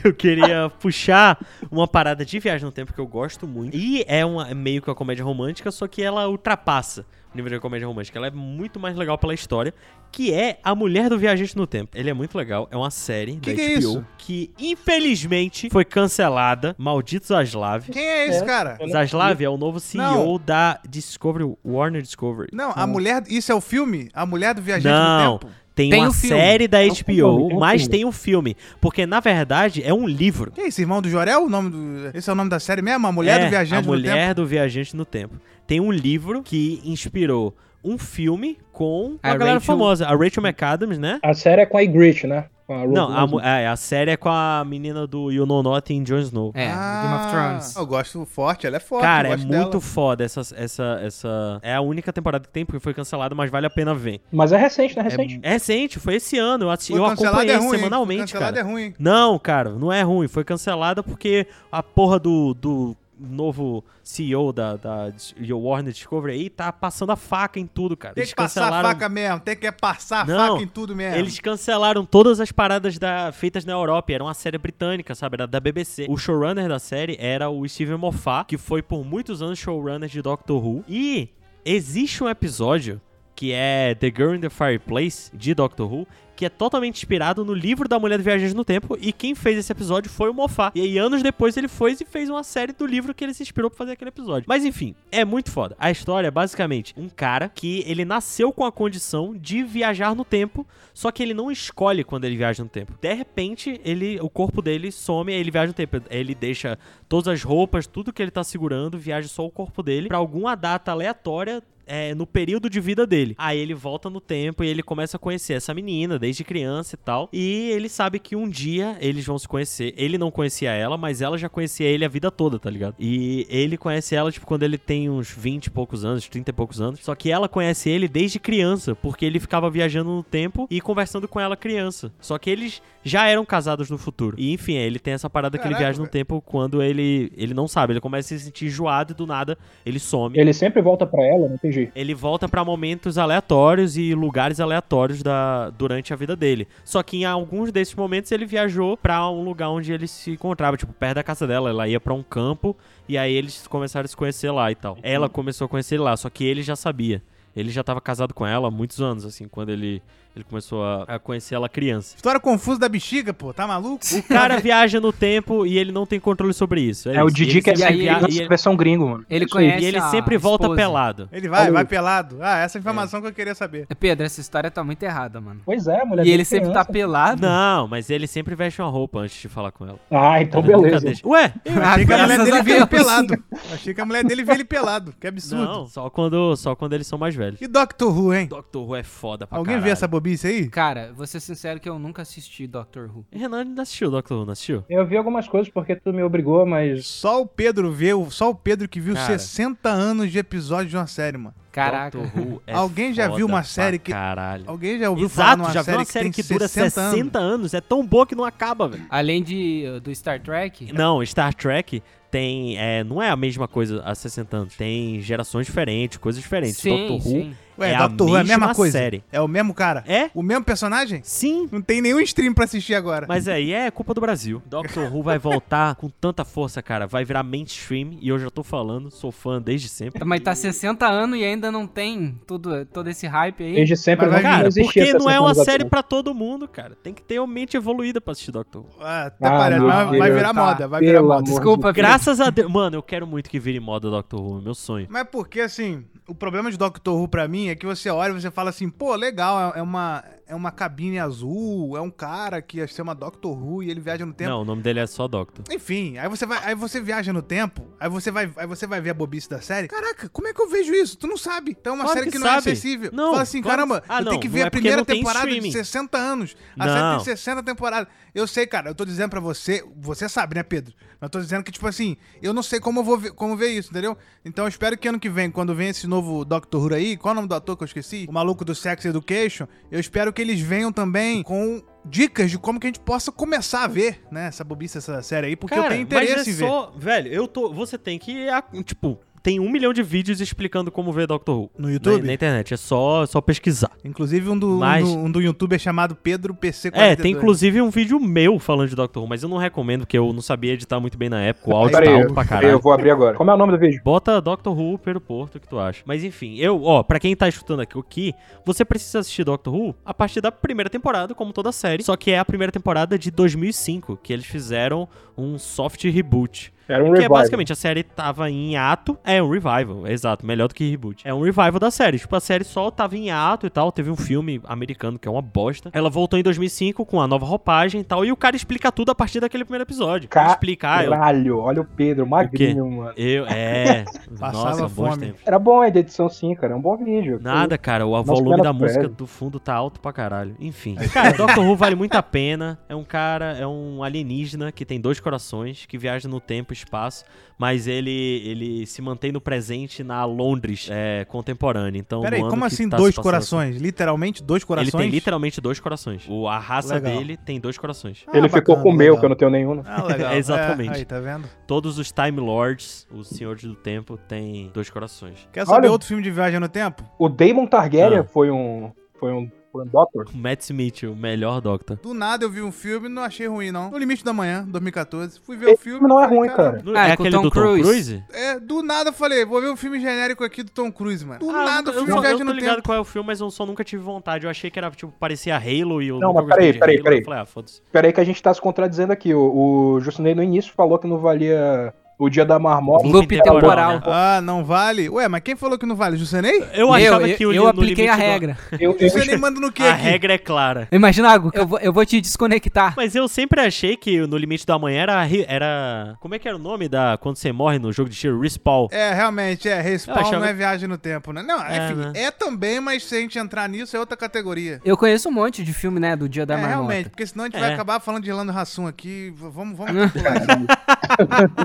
eu queria puxar uma parada de viagem no tempo que eu gosto muito. E é uma, é meio que uma comédia romântica, só que ela ultrapassa o nível de comédia romântica. Ela é muito mais legal pela história, que é A Mulher do Viajante no Tempo. Ele é muito legal, é uma série
Que
da
que é
HBO
isso?
que infelizmente foi cancelada. Maldito Zaslav.
Quem é esse,
É.
cara?
Zaslav é o novo CEO
Não.
da Discovery, Warner Discovery.
Não, a mulher... Isso é o filme? A mulher do viajante
Não.
do tempo?
Tem,
Tem
uma
o filme.
série da
Tem um
HBO,
filme, tem um
mas
filme.
tem um filme. Porque, na verdade, é um livro.
Que é esse, Irmão do Jorel? O nome do... Esse é o nome da série mesmo? A Mulher
É,
do Viajante
A
do
Mulher
Tempo?
do Viajante no Tempo. Tem um livro que inspirou um filme com
A
a galera
Rachel-
famosa, a Rachel McAdams, né?
A série é com a Ygritte, né? Com a Rose
Não, a, mu-
Rose.
é, a série é com a menina do You Know Nothing, Jon Snow.
É, do Game of Thrones.
Ah, Eu gosto forte, ela é forte.
Cara,
eu
é
gosto
muito
dela.
foda essa, essa, essa... É a única temporada que tem, porque foi cancelada, mas vale a pena ver.
Mas é recente, né? Recente.
É recente, foi esse ano. Eu, assi-
Foi
eu
cancelado,
acompanhei
é ruim, hein? Foi
semanalmente,
cancelado
cara.
é ruim.
Não, cara, não é ruim. Foi cancelada porque a porra do, do novo CEO da, da Dis- Warner Discovery aí tá passando a faca em tudo, cara.
Tem que passar a faca mesmo, tem que é passar a
Não,
faca em tudo mesmo.
Eles cancelaram todas as paradas da- feitas na Europa. e Era uma série britânica, sabe? Era da BBC. O showrunner da série era o Steven Moffat, que foi por muitos anos showrunner de Doctor Who. E existe um episódio que é The Girl in the Fireplace de Doctor Who. Que é totalmente inspirado no livro da Mulher do Viajante no Tempo, e quem fez esse episódio foi o Moffat. E aí, anos depois, ele foi e fez uma série do livro que ele se inspirou pra fazer aquele episódio. Mas enfim, é muito foda. A história é basicamente um cara que ele nasceu com a condição de viajar no tempo, só que ele não escolhe quando ele viaja no tempo. De repente, ele, o corpo dele some, aí ele viaja no tempo. Ele deixa todas as roupas, tudo que ele tá segurando, viaja só o corpo dele pra alguma data aleatória. é, no período de vida dele. Aí ele volta no tempo e ele começa a conhecer essa menina desde criança e tal. E ele sabe que um dia eles vão se conhecer. Ele não conhecia ela, mas ela já conhecia ele a vida toda, tá ligado? E ele conhece ela, tipo, quando ele tem uns 20 e poucos anos, 30 e poucos anos. Só que ela conhece ele desde criança, porque ele ficava viajando no tempo e conversando com ela criança. Só que eles já eram casados no futuro. E enfim, é, ele tem essa parada que
Caraca,
ele viaja no
velho.
tempo quando ele, ele não sabe. Ele começa a se sentir enjoado e do nada ele some.
Ele sempre volta pra ela, não tem jeito.
Ele volta pra momentos aleatórios e lugares aleatórios da, durante a vida dele. Só que em alguns desses momentos ele viajou pra um lugar onde ele se encontrava, tipo, perto da casa dela. Ela ia pra um campo e aí eles começaram a se conhecer lá e tal. Ela começou a conhecer ele lá, só que ele já sabia. Ele já tava casado com ela há muitos anos, assim, quando ele, ele começou a, a conhecer ela criança.
História confusa da bexiga, pô, tá maluco?
O cara (laughs) viaja no tempo e ele não tem controle sobre isso.
É,
É,
o
isso. E
Didi
ele
que é
sempre
aí-
sempre
via-
na
e ele-
versão gringo, mano.
Ele
Isso aí.
conhece
e ele
a
sempre volta
esposa.
pelado.
Ele vai,
Olha
vai
o-
pelado. Ah, essa
é.
informação que eu queria saber.
Pedro, essa história tá muito errada, mano.
Pois é, mulher.
e
de
ele sempre tá
criança.
pelado.
Não, mas ele sempre veste uma roupa antes de falar com ela.
Ah, então
Ele nunca
beleza.
deixa- Ué,
Eu achei que a mulher
Graças
dele
a
veio
Deus.
pelado. Achei que a mulher dele veio ele pelado. Que absurdo.
não, só quando, só quando eles são mais velhos.
E Doctor Who, hein?
Doctor Who é foda pra
Alguém vê
caralho.
essa bobice aí?
Cara, vou ser sincero que eu nunca assisti Doctor Who.
Renan não assistiu Doctor Who, não assistiu?
Eu vi algumas coisas porque tu me obrigou, mas.
Só o Pedro vê, o- só o Pedro que viu
Cara.
60 anos de episódio de uma série, mano.
Caraca.
Doctor Who é
Alguém já
foda
viu uma
pra
série que-
Caralho.
Alguém já ouviu falar
Exato,
numa
já viu
série
uma série que,
tem
dura 60
60
anos. É tão boa que não acaba, velho.
Além de, uh, do Star Trek,
Não, Star Trek tem. é, não é a mesma coisa há 60 anos. Tem gerações diferentes, coisas diferentes.
Sim,
é Doctor Who
sim.
Ué,
é
Doctor
a
Who é a
mesma
mesma coisa.
série.
É o mesmo cara?
É?
O mesmo personagem?
Sim.
Não tem nenhum stream pra assistir agora.
Mas aí é culpa do Brasil. Doctor Who vai voltar com tanta força, cara. Vai virar mainstream. E eu já tô falando, sou fã desde sempre.
mas tá 60 anos e ainda não tem tudo, todo esse hype aí.
Desde sempre
Mas,
não
Cara,
existia
porque
essa
não é uma
sincronização.
série pra todo mundo, cara. Tem que ter uma mente evoluída pra assistir Doctor Who.
Ah, tá
Ah,
parado.
meu
Vai- vai,
Deus,
virar
tá.
moda, vai virar
Pelo
moda.
amor
Desculpa, Pedro.
Graças a Deus. Mano, eu quero muito que vire moda Doctor Who, meu sonho.
Mas porque, assim, o problema de Doctor Who pra mim é que você olha e você fala assim, pô, legal, é é uma, é uma cabine azul, é um cara que se chama Doctor Who e ele viaja no tempo.
Não, o nome dele é só Doctor.
Enfim, aí você, vai, aí você viaja no tempo, aí você, vai, aí você vai ver a bobice da série. Caraca, como é que eu vejo isso? Tu não sabe. Então é uma
Claro
série
que
que, não é
sabe.
acessível.
Não,
Fala assim,
claro que-
caramba,
Ah,
eu
não,
tenho que ver
não é
a
porque
primeira
não tem
temporada de
streaming.
60 anos. A série
Não.
tem 60 temporadas. Eu sei, cara, eu tô dizendo pra você, você sabe, né, Pedro? Mas eu tô dizendo que, tipo assim, eu não sei como eu vou ver, como ver isso, entendeu? Então eu espero que ano que vem, quando vem esse novo Doctor Who aí, qual é o nome do ator que eu esqueci? O maluco do Sex Education, eu espero que eles venham também com dicas de como que a gente possa começar a ver, né, essa bobice, essa série aí, porque eu tenho interesse
mas é
em ver.
só, velho, eu tô, você tem que ah, tipo, tem um milhão de vídeos explicando como ver Doctor Who
No YouTube?
na, na internet, é só, é só pesquisar.
Inclusive um do, um
Mas-
do- um do youtuber chamado Pedro PC42.
É, tem inclusive um vídeo meu falando de Doctor Who, mas eu não recomendo porque eu não sabia editar muito bem na época, o áudio
Pera
tá
aí,
alto pra
pera aí, eu
caralho.
vou abrir agora. Como é o nome do vídeo?
Bota Doctor Who pelo Porto, o que tu acha? Mas enfim, eu, ó, pra quem tá escutando aqui, o que você precisa assistir Doctor Who a partir da primeira temporada, como toda série, só que é a primeira temporada de 2005, que eles fizeram um soft reboot.
Era um
Que é
revival.
basicamente a série tava em ato. É um revival, exato, melhor do que reboot. É um revival da série. Tipo, a série só tava em ato e tal. Teve um filme americano que é uma bosta. Ela voltou em 2005 com a nova roupagem e tal. E o cara explica tudo a partir daquele primeiro episódio.
Caralho.
Explicar, Ah, eu.
Caralho, olha o Pedro, magrinho, mano.
Eu, é.
(laughs) Passava
nossa, bons
fome.
tempos.
Era bom a edição sim, cara. É um bom vídeo.
Nada, cara. O
Nossa,
volume
cara
da música
pede.
do fundo tá alto pra caralho.
(laughs)
Enfim. Cara, Doctor Who vale muito a pena. É um cara, é um alienígena que tem dois corações, que viaja no tempo e espaço, mas ele, ele se mantém no presente na Londres é, contemporânea. Então,
Peraí,
no ano
como
que
assim
tá
dois
se passando-
corações? Literalmente dois corações?
Ele tem literalmente dois corações. O, a raça
Legal.
dele tem dois corações.
Ah,
Ele ficou
bacana,
com o meu,
legal.
que eu não tenho nenhum. né?
Ah, (laughs) legal.
Exatamente.
É, aí, tá vendo?
Todos os Time Lords, os Senhores do Tempo, têm dois corações.
Quer saber
Olha-
outro filme de viagem no tempo?
O Damon Targaryen
Ah.
foi um. Foi um. Foi um Doctor.
O Matt Smith, o melhor Doctor.
Do nada eu vi um filme e não achei ruim, não. No Limite da Manhã, 2014. Fui ver o
Esse
filme.
filme não é
falei,
ruim, cara.
Não-
Ah,
é
com o
aquele
Tom
do Tom
Cruise.
Cruise?
É, do nada eu falei, vou ver um filme genérico aqui do Tom Cruise, mano. Do
Ah,
nada o
eu,
filme
eu,
de
eu
viagem
tô
no
ligado
tempo.
qual é o filme, mas eu só nunca tive vontade. Eu achei que era, tipo, parecia Halo e eu
Não,
nunca
mas peraí,
de
peraí,
Halo.
peraí.
Eu falei, ah, foda-se.
Peraí que a gente tá se contradizendo aqui. O, o Justinei no início falou que não valia o dia da marmota.
Loop
temporal,
temporal.
Ah, não vale? Ué, mas quem falou que não vale? Jusanei?
né? Eu achava
eu,
que o
eu
no
apliquei
limite
a
do-
regra.
Eu,
(laughs)
eu,
Jusanei manda no que
A
aqui?
regra é clara.
Imagina algo, eu vou, eu vou te desconectar.
Mas eu sempre achei que o no limite da manhã era, re- era. Como é que era o nome da. Quando você morre no jogo de tiro? Respawn.
É, realmente, é. Respawn
Eu achava-
não é viagem no tempo, né? Não,
É,
enfim,
né?
é também, mas se a gente entrar nisso é outra categoria.
Eu conheço um monte de filme, né, do Dia da
é, realmente,
Marmota.
porque senão a gente
É.
vai acabar falando de Lando Rassum aqui. V- Vamos,
(laughs)
vamos pular. isso.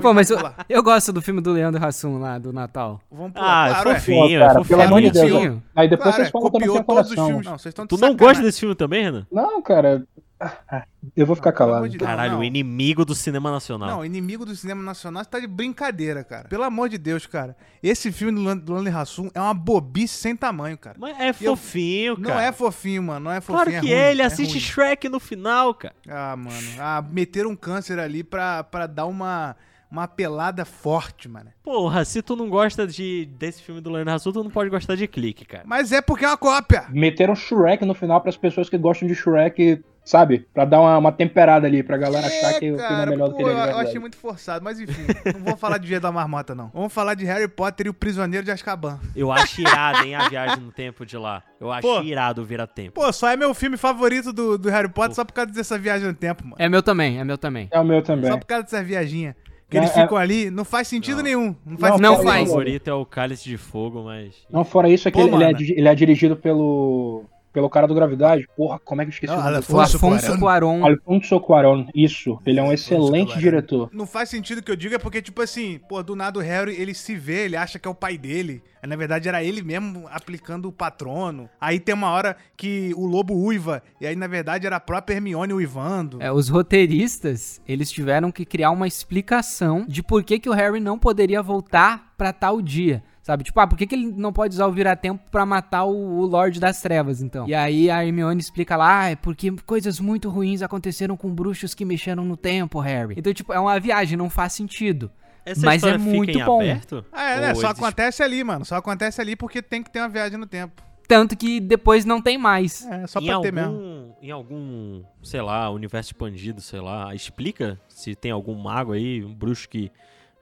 Pô, mas eu, eu gosto do filme do Leandro Hassum lá, do Natal.
Vamos pular.
Ah,
claro, é.
é fofinho, é
Cara, pelo amor de
fofinho.
Deus.
Bonitinho.
Aí depois
Claro, é.
vocês falam que eu não
Copiou
tenho
todos os
coração.
filmes. Não, vocês estão de
Tu não
sacanagem.
gosta desse filme também, Renan?
Não, cara. ah, Eu vou ficar
Não, pelo
calado.
amor de Deus.
Caralho,
não.
o inimigo do cinema nacional.
Não, inimigo do cinema nacional, você tá de brincadeira, cara. Pelo amor de Deus, cara. Esse filme do Lan- do Lando Rassum é uma bobice sem tamanho, cara.
Mas é fofinho, cara.
Não é fofinho, mano. Não é fofinho.
Claro que
ruim,
é, ele
é
assiste
ruim.
Shrek no final, cara.
Ah, mano. Ah, meteram um câncer ali pra, pra dar uma, uma pelada forte, mano.
Porra, se tu não gosta de, desse filme do Leonardo Hassum, tu não pode gostar de clique, cara.
Mas é porque é uma cópia.
Meteram Shrek no final pras pessoas que gostam de Shrek, sabe? Pra dar uma, uma temperada ali, pra galera achar que o filme é melhor do que
pô,
ele é.
eu,
de
eu
verdade.
achei muito forçado, mas enfim, não vou falar de Dia da Marmota, não. Vamos falar de Harry Potter e o Prisioneiro de Azkaban.
Eu acho irado, hein, a viagem no tempo de lá. Eu acho
Pô.
irado o vira-tempo.
Pô, só é meu filme favorito do, do Harry Potter só por causa dessa viagem no tempo, mano.
É meu também, é meu também.
É o meu também.
Só por causa dessa viaginha. Que
É,
eles
é-
ficam ali, não faz sentido nenhum. Não faz
Não
sentido
O
faz.
favorito é o Cálice de Fogo, mas...
Não, fora isso, é que
Pô,
ele, ele é,
mano.
di- ele é dirigido pelo, pelo cara do Gravidade. Porra, como é que eu esqueci
Não,
o nome?
Afonso
O Afonso
Cuarón.
Cuarón.
dele? Alfonso Cuarón. Isso. Ele é um excelente
Cuarón.
diretor.
Não faz sentido o que eu digo, é porque, tipo assim, pô, do nada o Harry, ele se vê, ele acha que é o pai dele. Aí, na verdade, era ele mesmo aplicando o patrono. Aí tem uma hora que o lobo uiva, e aí, na verdade, era a própria Hermione uivando.
É, os roteiristas, eles tiveram que criar uma explicação de por que, que o Harry não poderia voltar pra tal dia. Sabe? Tipo, ah, por que, que ele não pode usar o viratempo pra matar o, o Lorde das Trevas, então? E aí a Hermione explica lá, ah, é porque coisas muito ruins aconteceram com bruxos que mexeram no tempo, Harry. Então, tipo, é uma viagem, não faz sentido.
Essa
Mas
história
é
fica
muito
em
bom.
aberto?
Ah, é, né?
Ou
Só
eles-
acontece ali, mano. Só acontece ali porque tem que ter uma viagem no tempo.
Tanto que depois não tem mais.
É, só
em
pra
algum,
ter mesmo.
Em algum, sei lá, universo expandido, sei lá, explica se tem algum mago aí, um bruxo que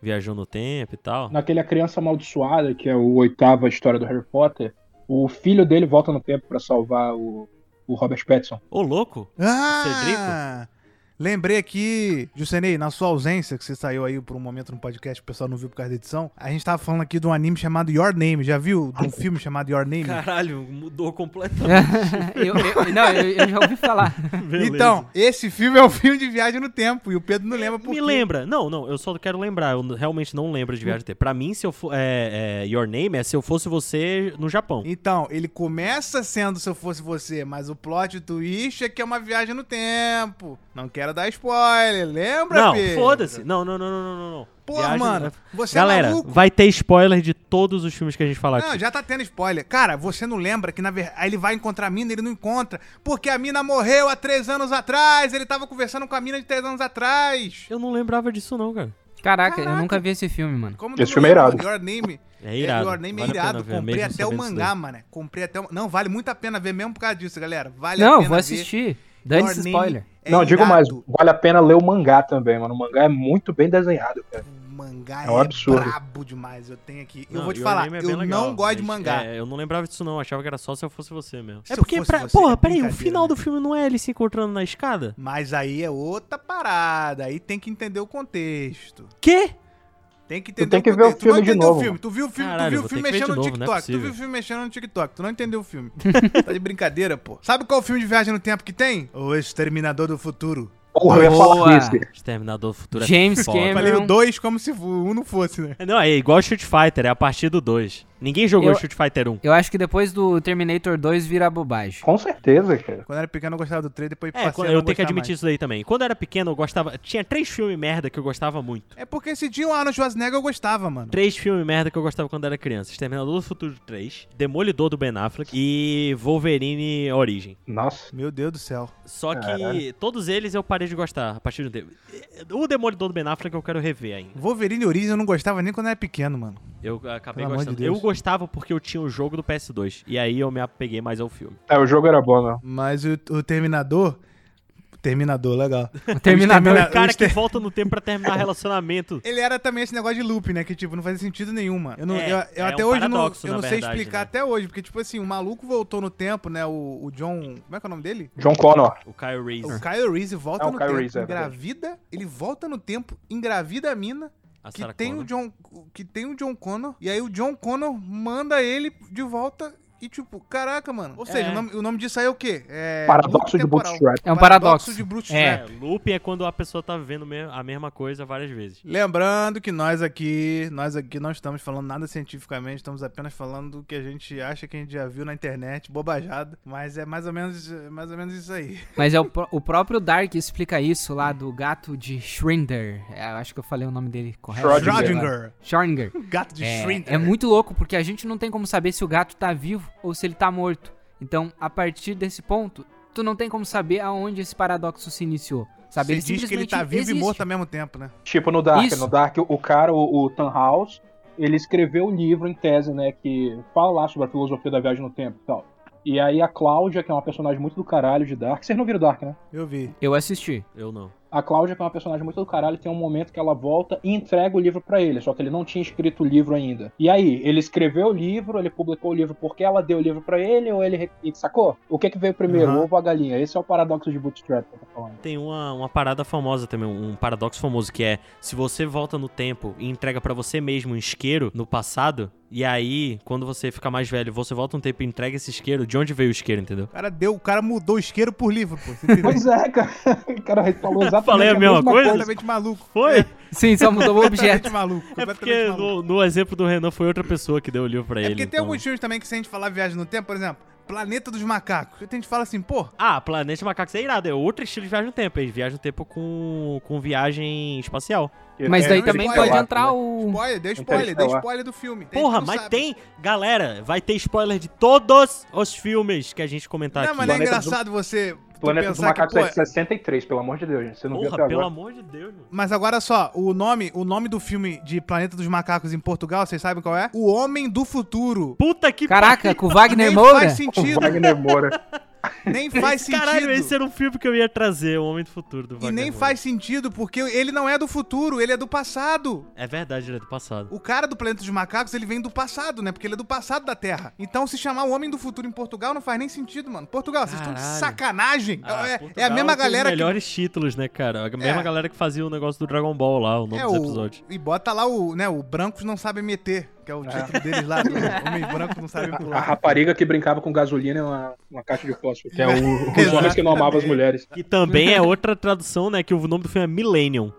viajou no tempo e tal.
Naquele A Criança Amaldiçoada, que é o oitava história do Harry Potter, o filho dele volta no tempo pra salvar o, o Robert Pattinson.
Ô, louco!
Ah! Lembrei aqui, Jusenei, na sua ausência, que você saiu aí por um momento no podcast, o pessoal não viu por causa da edição, a gente tava falando aqui de um anime chamado Your Name, já viu?
(laughs)
De um filme chamado Your Name?
Caralho, mudou completamente.
(laughs) eu, eu- não, eu, eu já ouvi falar.
Beleza. É,
Então, esse filme é um filme de viagem no tempo, e o Pedro não lembra por
Me
quê.
lembra. Não, não, eu só quero lembrar. Eu n- realmente não lembro de Viagem no Tempo. Pra mim, se eu for. É, é, Your Name é se eu fosse você no Japão.
Então, ele começa sendo se eu fosse você, mas o plot twist é que é uma viagem no tempo. Não quero dar spoiler, lembra,
Não,
Pedro?
foda-se. Não, não, não, não, não, não.
Porra,
Viagem no
mano,
Tempo.
você é
Galera,
maluco.
vai ter spoiler de todos os filmes que a gente falar
Não,
aqui.
já tá tendo spoiler. Cara, você não lembra que na verdade ele vai encontrar a mina, ele não encontra. Porque a mina morreu há três anos atrás. Ele tava conversando com a mina de três anos atrás.
Eu não lembrava disso, não, cara.
Caraca, eu
Caraca.
nunca vi esse filme, mano.
Como
Esse
tu
filme é
não lembra
irado.
do Your Name,
(laughs) É irado.
Your Name é
Vale a pena
irado.
ver,
Comprei
mesmo
até o
sabendo isso
mangá,
daí.
mano. Comprei até o. Não, vale muito a pena ver mesmo por causa disso, galera. Vale a
não,
pena
vou
ver.
assistir.
Your
Dane-se
Name
spoiler.
é
Não, digo mais,
irado.
vale a pena ler o mangá também, mano. O mangá é muito bem desenhado, cara.
O mangá é,
É um absurdo.
brabo demais. Eu tenho aqui. eu
Não,
vou te
Your
falar,
Name é
eu
bem
não
legal,
gosto de
mas,
mangá.
É, eu não lembrava disso, não. Achava que era só se eu fosse você mesmo.
Se
É
eu
porque,
fosse
pra-
você, é
porra, peraí, o
brincadeira,
final
né?
do filme não é ele se encontrando na escada?
Mas aí é outra parada. Aí tem que entender o contexto.
Quê?
Tem que entender
tem que ver
contexto.
o filme
não
de
entendeu
novo,
O filme. Tu viu o filme,
Caralho,
tu viu o
vou
filme
ter que ver de
mexendo no
novo, não é
TikTok. tu viu
possível.
o filme mexendo no TikTok. Tu não entendeu
(laughs)
o filme. tá de brincadeira, pô. Sabe qual é filme de viagem no tempo que tem? O Exterminador do Futuro.
Porra, eu ia
Boa.
falar disso.
Exterminador do Futuro é
James
foda.
Cameron.
Falei o dois como se o um não fosse, né?
Não, é igual Street Fighter, é a partir do 2. Ninguém jogou
Eu-
Street Fighter 1.
Eu acho que depois do Terminator 2 vira bobagem.
Com certeza, cara.
Quando eu era pequeno eu gostava do 3, depois
É,
passei
quando-
a
eu
não
tenho que
gostar
admitir isso daí também. Quando eu era pequeno, eu gostava. Tinha três filmes merda que eu gostava muito.
mais. É porque esse dia o Arnold Schwarzenegger eu gostava, mano.
Três filmes merda que eu gostava quando era criança: Exterminador do Futuro 3, Demolidor do Ben Affleck e Wolverine Origem.
Nossa.
Meu Deus do céu.
Só que
Caralho.
todos eles eu parei de gostar a partir do tempo. O Demolidor do Ben Affleck eu quero rever ainda.
Wolverine Origins eu não gostava nem quando eu era pequeno, mano.
Eu acabei
Pelo amor
gostando.
de
eu
Deus.
gostava porque eu tinha o jogo do PS2. E aí eu me apeguei mais ao filme.
É, o jogo era bom, né?
Mas o, o Terminador... Terminador, legal.
O Terminador.
Extermina-
O cara que
Exter-
volta no tempo pra
(laughs)
terminar relacionamento.
Ele era também esse negócio de loop, né? Que, tipo, não fazia sentido nenhum, mano. Eu, não,
É,
eu,
é
eu
um
até hoje
paradoxo,
não, eu
na
não sei
verdade,
explicar
né?
até hoje, porque, tipo assim, o maluco voltou no tempo, né? O, o John. Como é que é o nome dele?
John Connor.
O Kyle
O
Reese.
Kyle Reese volta
É, o
no
Kyle
tempo,
Reese, é verdade.
engravida, ele volta no tempo, engravida a mina,
A
que
Sarah
tem o
Connor.
John, que tem o John Connor, e aí o John Connor manda ele de volta e tipo, caraca, mano. Ou seja,
É.
o, nome, o nome disso aí é o quê? É
Paradoxo
loop
de
temporal.
Bootstrap.
É um paradoxo.
de Bootstrap.
É, looping é quando a pessoa tá vendo me- a mesma coisa várias vezes.
Lembrando que nós aqui, nós aqui não estamos falando nada cientificamente, estamos apenas falando do que a gente acha que a gente já viu na internet, bobajada, mas é mais ou menos, é mais ou menos isso aí. (laughs)
Mas é o, pró- o próprio Dark explica isso lá do gato de Schrinder. É, eu acho que eu falei o nome dele correto.
Schrödinger.
Schrödinger.
gato de
É,
Schrödinger.
é muito louco, porque a gente não tem como saber se o gato tá vivo ou se ele tá morto. Então, a partir desse ponto, tu não tem como saber aonde esse paradoxo se iniciou. Sabe?
Ele diz que ele tá
simplesmente
vivo e
existe.
morto ao mesmo tempo, né?
Tipo no Dark,
Isso.
no Dark o cara, o, o Tannhaus, ele escreveu um livro em tese, né, que fala lá sobre a filosofia da viagem no tempo e tal. E aí a Cláudia, que é uma personagem muito do caralho de Dark, vocês não viram Dark, né?
Eu vi.
Eu assisti.
Eu não.
A Cláudia, que é uma personagem muito do caralho, tem um momento que ela volta e entrega o livro pra ele, só que ele não tinha escrito o livro ainda. E aí, ele escreveu o livro, ele publicou o livro porque ela deu o livro pra ele ou ele re- e sacou? O que que veio primeiro,
Aham.
o ovo ou a galinha? Esse é o paradoxo de Bootstrap que eu tô (laughs) falando.
Tem uma, uma parada famosa também, um paradoxo famoso, que é se você volta no tempo e entrega pra você mesmo um isqueiro no passado, e aí, quando você fica mais velho, você volta um tempo e entrega esse isqueiro, de onde veio o isqueiro, entendeu?
O cara deu, o cara mudou o isqueiro por livro, pô.
(laughs)
Você entendeu?
Pois é, cara. O cara falou exatamente
Falei a mesma coisa?
completamente maluco.
Foi?
Sim, só mudou o
Completamente
objeto.
É
maluco. É, Completamente
porque
maluco.
no, no exemplo do Renan foi outra pessoa que deu o livro pra
É
ele.
porque tem
então-
alguns filmes também que se a gente falar viagem no tempo, por exemplo, Planeta dos Macacos. Tem gente que fala assim, pô,
Ah, Planeta Macacos é irado, é outro estilo de viagem no tempo. Eles viajam no tempo com, com viagem espacial.
(laughs)
Mas
É,
daí
não
também
spoiler,
pode
eu
entrar o.
spoiler, deu
tá
spoiler, deu
Interestelar.
spoiler do filme. Tem gente
Porra,
que não
mas
sabe.
tem. Galera, vai ter spoiler de todos os filmes que a gente comentar Tá
Não,
aqui.
mas é
Planeta dos-
engraçado você tu
Planeta dos
pensar que,
Macacos
pô,
é de 63, pelo amor de Deus, gente. Você não viu até
Porra, pelo
agora.
amor de Deus, mano.
Mas agora só, o nome, o nome do filme de Planeta dos Macacos em Portugal, vocês sabem qual é? O Homem do Futuro.
Puta que
Caraca,
pariu.
com o Wagner
Tipo, nem
Moura?
faz sentido,
Wagner Moura.
nem faz
(laughs)
sentido.
Caralho, esse era um filme que eu ia trazer, O Homem do Futuro do
E
Wagner
nem
Moura.
faz sentido, porque ele não é do futuro, ele é do passado.
É verdade, ele é do passado.
O cara do Planeta dos Macacos, ele vem do passado, né? Porque ele é do passado da Terra. Então, se chamar o Homem do Futuro em Portugal não faz nem sentido, mano. Portugal, vocês estão de
Caralho.
sacanagem.
Ah,
é, é
Portugal
a mesma
tem
galera
os melhores títulos, né, cara? A mesma
É.
galera que fazia o negócio do Dragon Ball lá, o
que...
nome
É,
dos
o...
episódios.
E bota lá o, né, o Brancos Não Sabem Meter, que é o título deles lá. Do... Homens Brancos Não Sabem
A
Pular.
rapariga que brincava com gasolina é uma, uma caixa de fósforo. Que é o, os homens que não amavam as mulheres.
Que também é outra tradução, né? Que o nome do filme é Millennium.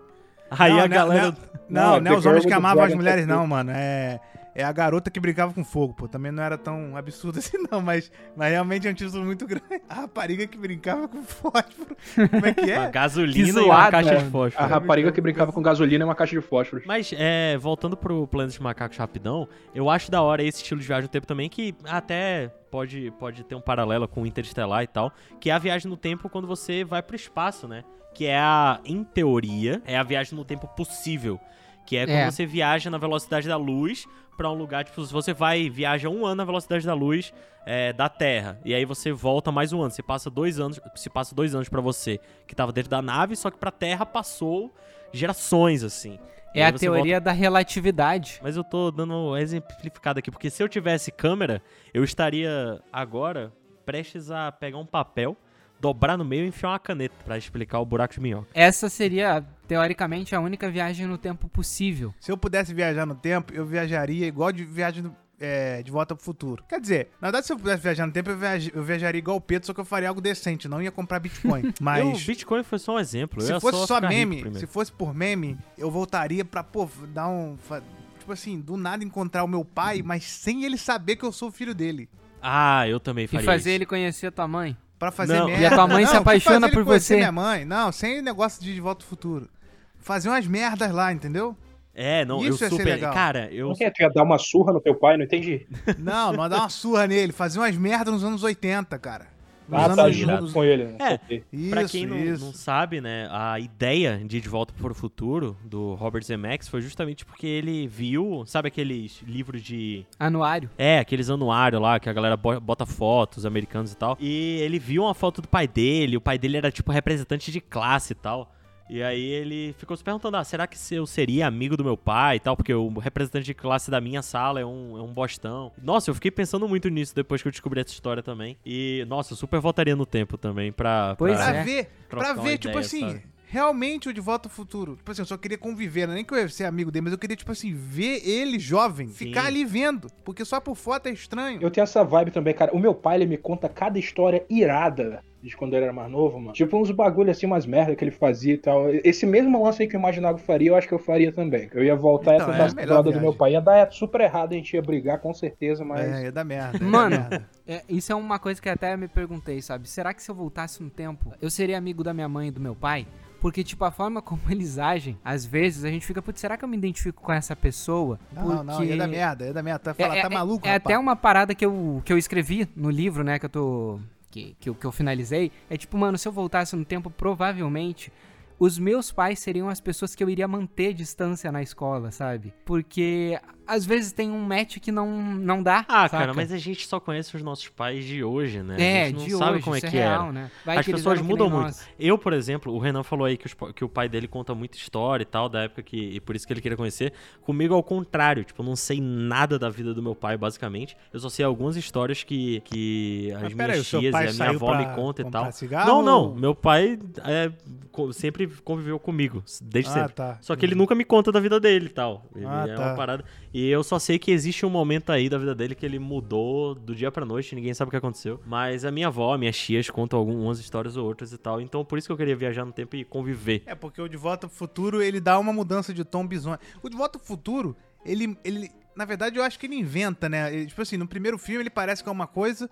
Aí
Não,
a
né,
galera.
né, Não,
Não,
não, é
The
os homens
Girl
que
with
amavam as
Dragon
mulheres,
Tattoo.
não, mano. É, é a garota que brigava com fogo, pô. Também não era tão absurdo (laughs) assim, não, mas, mas realmente é um título muito grande. (laughs) A rapariga que brincava com fósforo. Como é que
Uma (laughs)
é?
gasolina
Que
e uma
zoado,
caixa de
é.
fósforo.
A rapariga que brincava com gasolina é uma caixa de fósforo.
Mas, é, voltando pro Planeta dos Macacos rapidão, eu acho da hora esse estilo de viagem no tempo também, que até pode, pode ter um paralelo com o Interestelar e tal, que é a viagem no tempo quando você vai pro espaço, né? Que é a, em teoria, é a viagem no tempo possível. Que é quando
É.
você viaja na velocidade da luz pra um lugar, tipo, se você vai, viaja um ano na velocidade da luz é, da Terra, e aí você volta mais um ano, você passa dois anos, se passa dois anos pra você, que tava dentro da nave, só que pra Terra passou gerações, assim. E
É
aí
a
você
teoria da relatividade.
mas eu tô dando um exemplificado aqui, porque se eu tivesse câmera, eu estaria agora prestes a pegar um papel, dobrar no meio e enfiar uma caneta pra explicar o buraco de minhoca.
Essa seria, teoricamente, a única viagem no tempo possível.
Se eu pudesse viajar no tempo, eu viajaria igual de viagem no- é, de volta pro futuro. Quer dizer, na verdade, se eu pudesse viajar no tempo, eu, viaj- eu viajaria igual o Pedro, só que eu faria algo decente, não ia comprar Bitcoin.
(laughs) Eu-
Mas.
o Bitcoin foi só um exemplo. eu
Se
ia
fosse só
ficar rico
meme,
primeiro.
se fosse por meme, eu voltaria pra, pô, dar um. fa- Tipo assim, do nada encontrar o meu pai, mas sem ele saber que eu sou o filho dele.
Ah, eu também
E
faria
fazer
isso.
ele conhecer a tua mãe.
Pra fazer
Não.
merda.
E a tua mãe se
fui
apaixona
fazer ele
por
conhecer
você.
minha mãe. Não, sem negócio de De Volta ao Futuro. Fazer umas merdas lá, entendeu?
É, não,
Isso
eu
ia ser
super...
legal.
Cara, eu...
Por que tu ia dar uma surra no teu pai? Não entendi.
Não, nós dar uma surra nele. Fazer umas merdas nos anos 80, cara. Nos
Ah, tá
anos
junto
irados.
com ele. Né?
É.
Ok.
Isso,
Pra quem não,
isso.
não sabe, né, a ideia de De Volta para o Futuro, do Robert Zemeckis, foi justamente porque ele viu, sabe aqueles livros de
Anuário.
É, aqueles anuários lá que a galera bo- bota fotos, americanos e tal. E ele viu uma foto do pai dele, o pai dele era tipo representante de classe e tal. E aí ele ficou se perguntando, ah, será que se eu seria amigo do meu pai e tal? Porque o representante de classe da minha sala é um, é um bostão. Nossa, eu fiquei pensando muito nisso depois que eu descobri essa história também. E, nossa, eu super voltaria no tempo também pra...
Pois
pra-
Pra
é.
ver,
trocar
pra
uma
ver, tipo
ideia,
assim,
sabe?
realmente o De Volta ao Futuro. Tipo assim, eu só queria conviver, né? nem que eu ia ser amigo dele, mas eu queria, tipo assim, ver ele jovem, ficar ali vendo. Porque só por foto é estranho.
Eu tenho essa vibe também, cara. O meu pai, ele me conta cada história irada velho, de quando ele era mais novo, mano. Tipo, uns bagulho assim, umas merda que ele fazia e tal. Esse mesmo lance aí que o Imaginago faria, eu acho que eu faria também. Eu ia voltar
Então,
essa
é
da
a melhor
do meu
viagem.
pai. Ia dar super errado, a gente ia brigar, com certeza, mas...
É, ia dar merda. ia dar
Mano.
merda.
É, isso é uma coisa que até me perguntei, sabe? Será que se eu voltasse no tempo, eu seria amigo da minha mãe e do meu pai? Porque, tipo, a forma como (laughs) eles agem, às vezes a gente fica, putz, será que eu me identifico com essa pessoa?
Não, não, é ia dar merda, ia dar merda. Tu
É,
ia falar,
é-
tá maluco,
é
rapaz?
até uma parada que eu, que eu escrevi no livro, né, que eu tô. Que, que, eu- que eu finalizei. É tipo, mano, se eu voltasse no tempo, provavelmente os meus pais seriam as pessoas que eu iria manter distância na escola, sabe? Porque às vezes tem um match que não, não dá.
Ah,
saca?
cara, mas a gente só conhece os nossos pais de hoje, né? a
É,
gente não
de
sabe
hoje,
como é
isso
que
real,
era.
né?
As
que eles
pessoas
eram que
mudam
nem
muito.
nós.
Eu, por exemplo, o Renan falou aí que, os pa- que o pai dele conta muita história e tal, da época que. E por isso que ele queria conhecer. Comigo, ao contrário. Tipo, eu não sei nada da vida do meu pai, basicamente. Eu só sei algumas histórias que, que as minhas
peraí, o seu
tias e a
pai
minha
saiu
avó me
pra
contam e
comprar
tal.
cigarro
não, não.
ou-
Meu pai é, co- sempre conviveu comigo, desde
Ah,
sempre.
tá.
assim, Só que ele nunca me conta da vida dele e tal. Ele
Ah,
é
tá.
uma parada. E eu só sei que existe um momento aí da vida dele que ele mudou do dia pra noite, ninguém sabe o que aconteceu. Mas a minha avó, minhas tias contam algumas histórias ou outras e tal. Então por isso que eu queria viajar no tempo e conviver.
É, porque o De Volta pro Futuro, ele dá uma mudança de tom bizonha. O De Volta pro Futuro, ele, ele... Na verdade, eu acho que ele inventa, né? Ele, tipo assim, no primeiro filme ele parece que é uma coisa...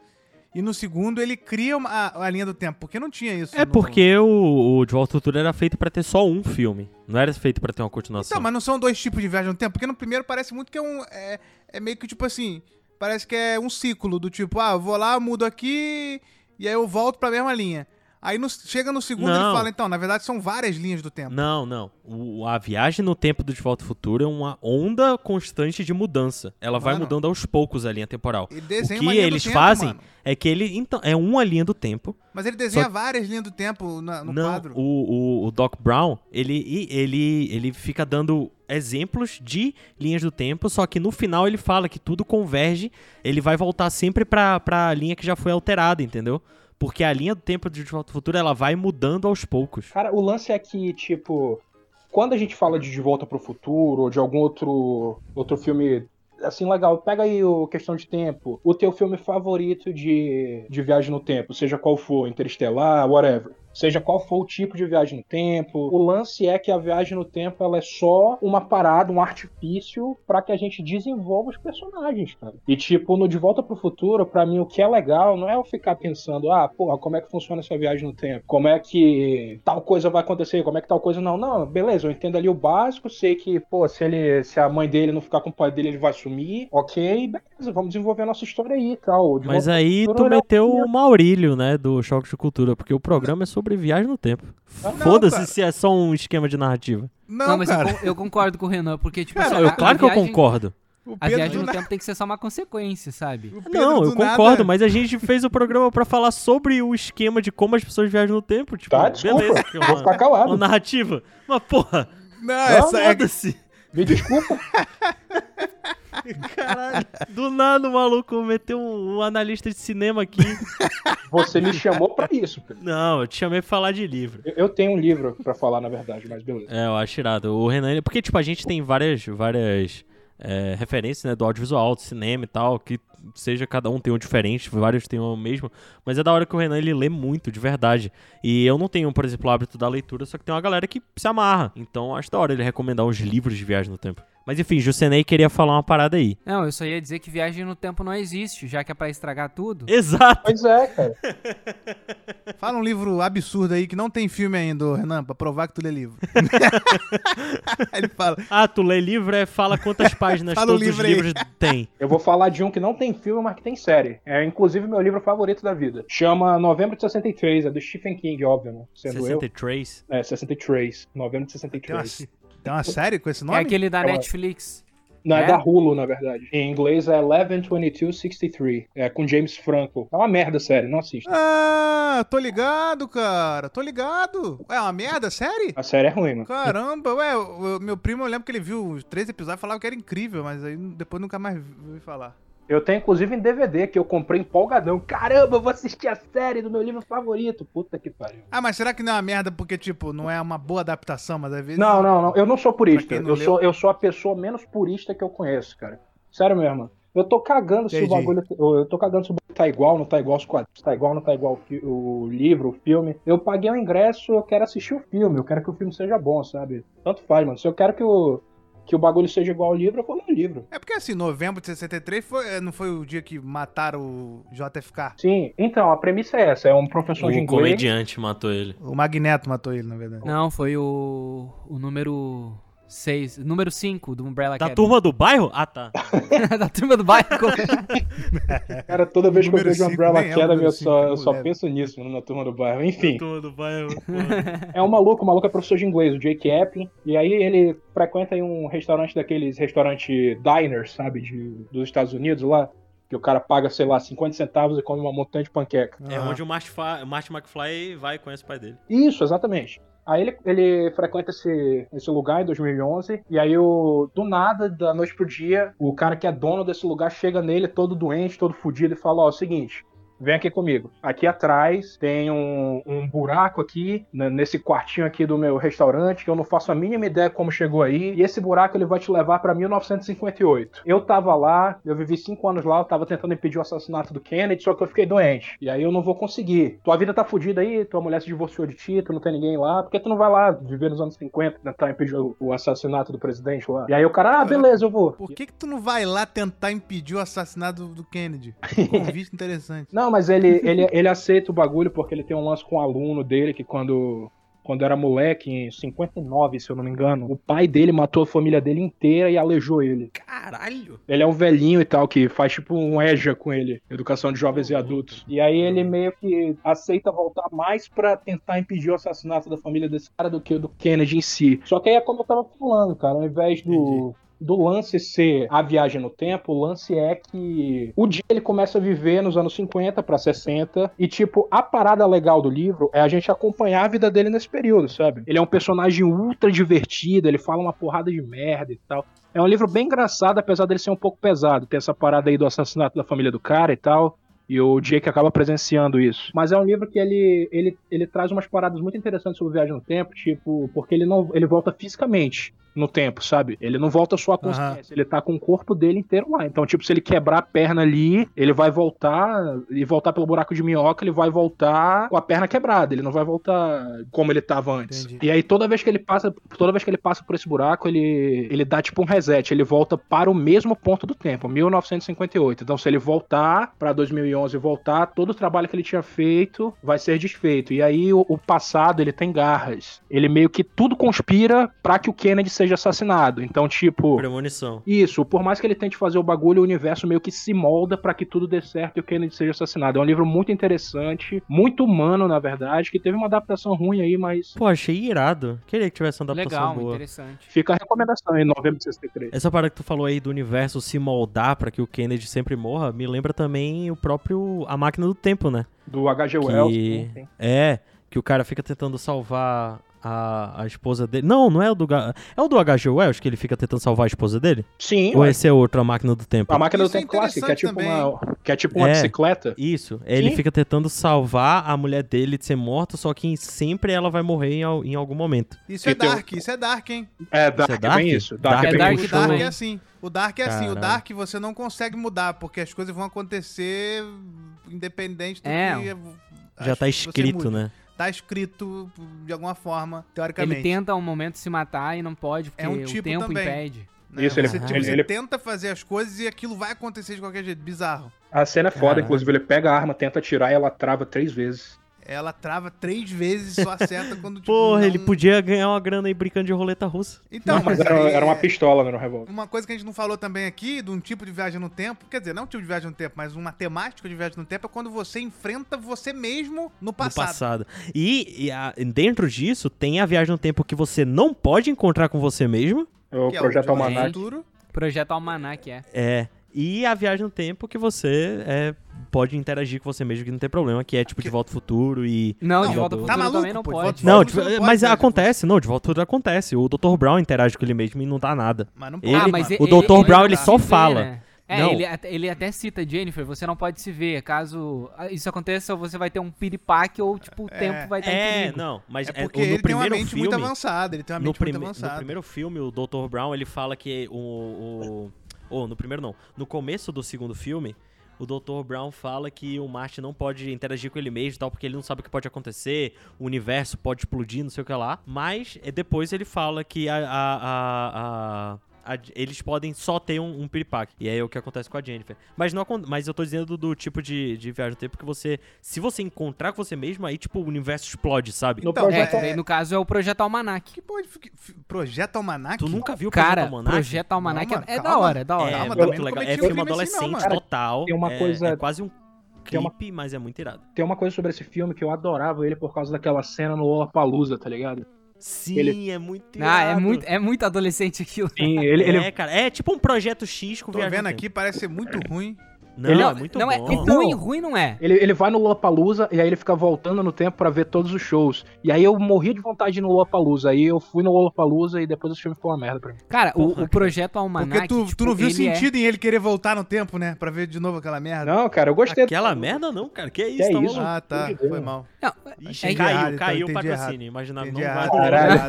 E no segundo ele cria uma- a, a linha do tempo, porque não tinha isso.
É
no-
porque o, o De Volta ao Futuro era feito pra ter só um filme. Não era feito pra ter uma continuação.
Então, mas não são dois tipos de viagem no tempo? Porque no primeiro parece muito que é um. É, é meio que tipo assim. Parece que é um ciclo do tipo, ah, eu vou lá, mudo aqui, e aí eu volto pra mesma linha. Aí no- chega no segundo e
Não.
ele fala, então, na verdade são várias linhas do tempo.
Não, não. O- a viagem no tempo do De Volta ao Futuro é uma onda constante de mudança. Ela vai
Mano.
mudando aos poucos a linha temporal.
Ele
O
desenha
que
é uma linha do
eles
tempo,
fazem
mano.
é que ele. Então, é uma linha do tempo.
Mas ele desenha
Só-
várias linhas do tempo na- Ah, no
não,
quadro.
O, o, o Doc Brown, ele, e- ele, ele fica dando exemplos de linhas do tempo, só que no final ele fala que tudo converge, ele vai voltar sempre pra, pra linha que já foi alterada, entendeu? Porque a linha do tempo de De Volta ao Futuro, ela vai mudando aos poucos.
Cara, o lance é que, tipo, quando a gente fala de De Volta pro Futuro ou de algum outro, outro filme. Assim, legal, pega aí o Questão de Tempo, o teu filme favorito de, de viagem no tempo, seja qual for, Interestelar, whatever. Seja qual for o tipo de viagem no tempo, o lance é que a viagem no tempo ela é só uma parada, um artifício pra que a gente desenvolva os personagens, cara. E tipo, no De Volta pro Futuro, pra mim o que é legal não é eu ficar pensando, ah, porra, como é que funciona essa viagem no tempo? Como é que tal coisa vai acontecer? Como é que tal coisa não? Não, beleza, eu entendo ali o básico, sei que, pô, se ele, se a mãe dele não ficar com o pai dele, ele vai sumir. OK, beleza, vamos desenvolver a nossa história aí, e tal. De
Mas
Volta-
aí tu
Futuro era
meteu
uma-
o Maurílio, né, do Choque de Cultura, porque o programa é sobre viagem no tempo. Foda-se
Ah, cara.
se é só um esquema de narrativa.
Não,
Não, mas eu,
cara.
con- eu concordo com o Renan, porque, tipo,
Não,
assim,
eu,
a- a
claro que eu
viagem-
concordo.
O
A
Pedro
viagem
do
no
na-
tempo tem que ser só uma consequência, sabe?
o Pedro
Ah, Não,
do
eu
nada- é.
concordo, mas a
(laughs)
gente fez o programa pra falar sobre o esquema de como as pessoas viajam no tempo. Tipo,
Tá, desculpa.
beleza, que é
Vou ficar
uma,
calado.
uma narrativa. Mas, porra,
Não, essa é.
foda-se.
Me desculpa.
Caralho. Do nada o maluco meteu um, um analista de cinema aqui.
Você me chamou pra isso. cara.
Não, eu te chamei pra falar de livro.
Eu- Eu tenho um livro pra falar, na verdade, mas beleza.
É, eu acho irado. O Renan, ele- porque, tipo, a gente tem várias, várias é, referências, né, do audiovisual, do cinema e tal, que seja cada um tem um diferente, vários têm o mesmo, mas é da hora que o Renan, ele lê muito, de verdade. E eu não tenho, por exemplo, o hábito da leitura, só que tem uma galera que se amarra. Então, acho da hora ele recomendar uns livros de viagem no tempo. Mas, enfim, Jusenei queria falar uma parada aí.
Não, eu só ia dizer que viagem no tempo não existe, já que é pra estragar tudo.
(laughs) Exato!
Pois é, cara.
Fala um livro absurdo aí que não tem filme ainda, ô, Renan, pra provar que tu lê livro. ele fala.
Ah, tu lê livro, é fala (laughs) um quantas páginas
Fala o
todos
livro
os
aí.
livros (laughs) têm.
Eu vou falar de um que não tem filme, mas que tem série. É inclusive meu livro favorito da vida. Chama Novembro de 63, é do Stephen King, óbvio, né? Sendo eu.
63.
É, 63. Novembro de
Tem uma, assim,
63.
tem uma série com esse nome?
É aquele da
Eu acho.
Netflix.
Não,
né?
é,
É?
da Hulu, na verdade. Em inglês é 11-22-63. É com James Franco. É uma merda, sério, não assista.
Ah, tô ligado, cara. Tô ligado. Ué, é uma merda, série?
A série é ruim, mano.
Caramba, ué, o- o meu primo, eu lembro que ele viu os três episódios e falava que era incrível, mas aí depois nunca mais vi falar.
Eu tenho inclusive em DVD que eu comprei empolgadão. Caramba, eu vou assistir a série do meu livro favorito. Puta que pariu.
Ah, mas será que não é uma merda porque, tipo, não é uma boa adaptação, mas às vezes...
Não, não, não. Eu não sou purista.
Pra quem não
eu,
leu-
sou, eu sou a pessoa menos purista que eu conheço, cara. Sério mesmo. Eu tô cagando se o
Entendi.
bagulho. Eu tô cagando se o bagulho tá igual, não tá igual os quadrinhos, tá igual, não tá igual o fi- o livro, o filme. Eu paguei o ingresso, eu quero assistir o filme, eu quero que o filme seja bom, sabe? Tanto faz, mano. Se eu quero que o, que o bagulho seja igual ao livro, eu vou no livro.
É porque, assim, novembro de 63 foi, eh, não foi o dia que mataram o JFK?
Sim, então, a premissa é essa: é um professor de
O
inglês.
comediante matou ele.
O Magneto matou ele, na verdade.
Não, foi o, o número Seis. Número 5 do Umbrella
Da
Academy.
turma do bairro? Ah, tá.
(laughs) da turma
(laughs)
do bairro. (laughs)
Cara, toda vez que eu
Número
vejo
cinco,
Umbrella
nem é o
Academy,
número
eu só,
cinco,
eu só
leve.
penso nisso, na turma do bairro. Enfim,
Turma do (laughs) bairro.
é um maluco, o maluco é professor de inglês, o Jake Epping. E aí ele frequenta aí um restaurante daqueles restaurante diners, sabe, de, dos Estados Unidos lá. Que o cara paga, sei lá, 50 centavos e come uma montanha de panqueca.
Ah.
É onde o Marty, Fa- Marty McFly vai e conhece o pai dele.
Isso, exatamente. Aí ele, ele frequenta esse, esse lugar em 2011, e aí o, do nada, da noite pro dia, o cara que é dono desse lugar chega nele todo doente, todo fudido, e fala, ó, é o seguinte, vem aqui comigo. Aqui atrás tem um, um buraco aqui, né, nesse quartinho aqui do meu restaurante, que eu não faço a mínima ideia como chegou aí, e esse buraco ele vai te levar pra 1958. Eu tava lá, eu vivi cinco anos lá, eu tava tentando impedir o assassinato do Kennedy, só que eu fiquei doente. E aí eu não vou conseguir. Tua vida tá fudida aí, tua mulher se divorciou de ti, tu não tem ninguém lá, por que tu não vai lá viver nos anos 50, tentar impedir o- o assassinato do presidente lá? E aí o cara, ah, beleza, eu vou.
Por que que tu não vai lá tentar impedir o assassinato do
(laughs)
Kennedy? Um convite interessante.
Não, mas ele, ele, ele aceita o bagulho porque ele tem um lance com um aluno dele que quando. Quando era moleque, em 59, se eu não me engano, o pai dele matou a família dele inteira e aleijou ele.
Caralho!
Ele é um velhinho e tal, que faz tipo um EJA com ele, Educação de Jovens e Adultos. E aí ele meio que aceita voltar mais pra tentar impedir o assassinato da família desse cara do que o do Kennedy em si. Só que aí é como eu tava falando, cara, ao invés do. Do lance ser a viagem no tempo, o lance é que o dia ele começa a viver nos anos 50 pra 60 e, tipo, a parada legal do livro é a gente acompanhar a vida dele nesse período, sabe? Ele é um personagem ultra divertido, ele fala uma porrada de merda e tal. É um livro bem engraçado, apesar dele ser um pouco pesado. Tem essa parada aí do assassinato da família do cara e tal. E o Jake acaba presenciando isso. Mas é um livro que ele, ele, ele traz umas paradas muito interessantes sobre viagem no tempo, tipo, porque ele não ele volta fisicamente no tempo, sabe? Ele não volta só a consciência, ele tá com o corpo dele inteiro lá. Então, tipo, se ele quebrar a perna ali, ele vai voltar e voltar pelo buraco de minhoca, ele vai voltar com a perna quebrada, ele não vai voltar como ele tava antes.
Entendi.
E aí toda vez que ele passa, toda vez que ele passa por esse buraco, ele, ele dá tipo um reset, ele volta para o mesmo ponto do tempo, 1958. Então se ele voltar para 2011 e voltar, todo o trabalho que ele tinha feito vai ser desfeito. E aí o, o passado, ele tem garras. Ele meio que tudo conspira para que o Kennedy seja assassinado. Então tipo,
Premonição.
isso, por mais que ele tente fazer o bagulho, o universo meio que se molda pra que tudo dê certo e o Kennedy seja assassinado. É um livro muito interessante, muito humano, na verdade, que teve uma adaptação ruim aí, mas
Pô, achei irado. Queria que tivesse uma adaptação
Legal,
boa.
interessante.
fica a recomendação em novembro de 63.
Essa parada que tu falou aí do universo se moldar pra que o Kennedy sempre morra, me lembra também o próprio A Máquina do Tempo, né?
Do H.G.
Que-
Wells. enfim.
É, que o cara fica tentando salvar a, a esposa dele. Não, não é o do Ga- é o do HG Wells que ele fica tentando salvar a esposa dele?
Sim,
Ou esse é outro A Máquina do Tempo?
a máquina do
Isso é
tempo clássica, que é tipo
interessante
uma, que é tipo uma
É.
bicicleta.
Isso, é, ele
Sim.
fica tentando salvar a mulher dele de ser morta, só que sempre ela vai morrer em, al- em algum momento.
Isso é
Que tem
um
Dark, isso é Dark, hein?
É, Dark, é
Dark?
bem isso. Dark,
Dark
é bem
Dark.
isso.
O Dark
Também.
é assim. O Dark é assim. O
Caralho.
Dark você não consegue mudar, porque as coisas vão acontecer independente do
É.
que.
Já
acho
tá
que você
escrito,
mude.
né?
Tá escrito de alguma forma,
Ele
teoricamente.
tenta um momento se matar e não pode, porque
É um
o
tipo
tempo
também.
impede.
né?
Isso, ele-
você, tipo,
ele-
você
ele-
tenta fazer as coisas e aquilo vai acontecer de qualquer jeito. Bizarro.
A cena é foda,
Caralho.
inclusive ele pega a arma, tenta atirar e ela trava três vezes.
Ela trava três vezes e só acerta quando tipo,
Porra,
não-
ele podia ganhar uma grana aí brincando de roleta russa.
Então,
Não, mas
mas
era,
aí
era uma
é-
pistola, né, no revólver.
Uma coisa que a gente não falou também aqui, de um tipo de viagem no tempo, quer dizer, não um tipo de viagem no tempo, mas uma temática de viagem no tempo é quando você enfrenta você mesmo no
No
passado.
passado. E, e a- dentro disso, tem a viagem no tempo que você não pode encontrar com você mesmo.
O
que
Projeto
é o de
Almanac.
futuro.
Projeto Almanac é.
É. E a viagem no tempo que você é, pode interagir com você mesmo, que não tem problema, que é tipo de volta ao futuro e.
Não,
Não,
de volta pro
tá
futuro
maluco,
também não
pô, de
pode.
Volta ao
Não,
Futuro
tipo,
você não pode
mas
interagir com
acontece, não, de volta ao futuro acontece. O Dr. Brown interage com ele mesmo e não dá nada.
Mas não
Ah,
Ele- Ah,
pode,
mas
mano.
o Dr. Brown, ele
se
só
vê,
fala.
né? É,
Não.
ele, até- ele até cita, Jennifer, você não pode se ver. Caso ah, isso aconteça, você vai ter um piripaque ou, tipo, o tempo vai estar em
É,
perigo.
não, mas
É
é,
porque
no
ele tem uma
primeiro
mente
filme.
muito avançada, ele tem uma
no,
mente muito
prime- no
avançada.
primeiro filme, o Dr. Brown, ele fala que o. o ou no primeiro não. No começo do segundo filme, o Dr. Brown fala que o Marty não pode interagir com ele mesmo e tal, porque ele não sabe o que pode acontecer, o é, universo pode explodir, não sei o que lá. Mas eh, depois ele fala que a. a, a- a- a- eles podem só ter um, um piripaque. E aí é o que acontece com a Jennifer. Mas não acon- mas eu tô dizendo do, do tipo de, de viagem no tempo que você. Se você encontrar com você mesmo, aí, tipo, o universo explode, sabe?
No
Então,
É,
projeto-
que daí no caso é o Projeto Almanac.
Que porra de fi- fi- projeto almanac?
Tu nunca viu o
Cara,
Almanac?
Projeto Almanac
Não, mano,
é, é da
calma.
hora, é da hora.
É,
Calma, também
muito
não
legal.
cometi
É filme
crime assim, não,
adolescente
mano.
total.
Tem uma
é,
coisa-
é quase um
tem uma-
clipe, mas é muito irado.
Tem uma coisa sobre esse filme que eu adorava ele por causa daquela cena no Lollapalooza, tá ligado?
Sim,
Ele-
é muito irado.
Ah, é muito, é muito adolescente aquilo.
Sim, ele, ele-
É, cara, é tipo um projeto X com
Tô
viagem
vendo
no
aqui, parece ser muito ruim.
tempo. Não,
Ele-
é muito
não
bom.
é
Então-
ruim, ruim não é.
ele, ele vai no Lollapalooza e aí ele fica voltando no tempo pra ver todos os shows. E aí eu morri de vontade de ir no Lollapalooza. Aí eu fui no Lollapalooza e depois o filme ficou uma merda pra mim.
Cara, o-
Porra,
o, projeto
Porque
Almanac.
tu,
tipo,
tu não viu
ele é-
sentido em ele querer voltar no tempo, né? Pra ver de novo aquela merda.
Ah, Não, cara, eu gostei.
Aquela merda não, cara. Que isso,
é
Que
tá
isso?
maluco?
Ah, tá.
Entendi.
Foi mal.
Não,
Ixi,
Entendi
caiu,
errado, então,
caiu o
entendi
patrocínio. Imaginava, não
Entendi
vai
errado.
ter.
Caralho.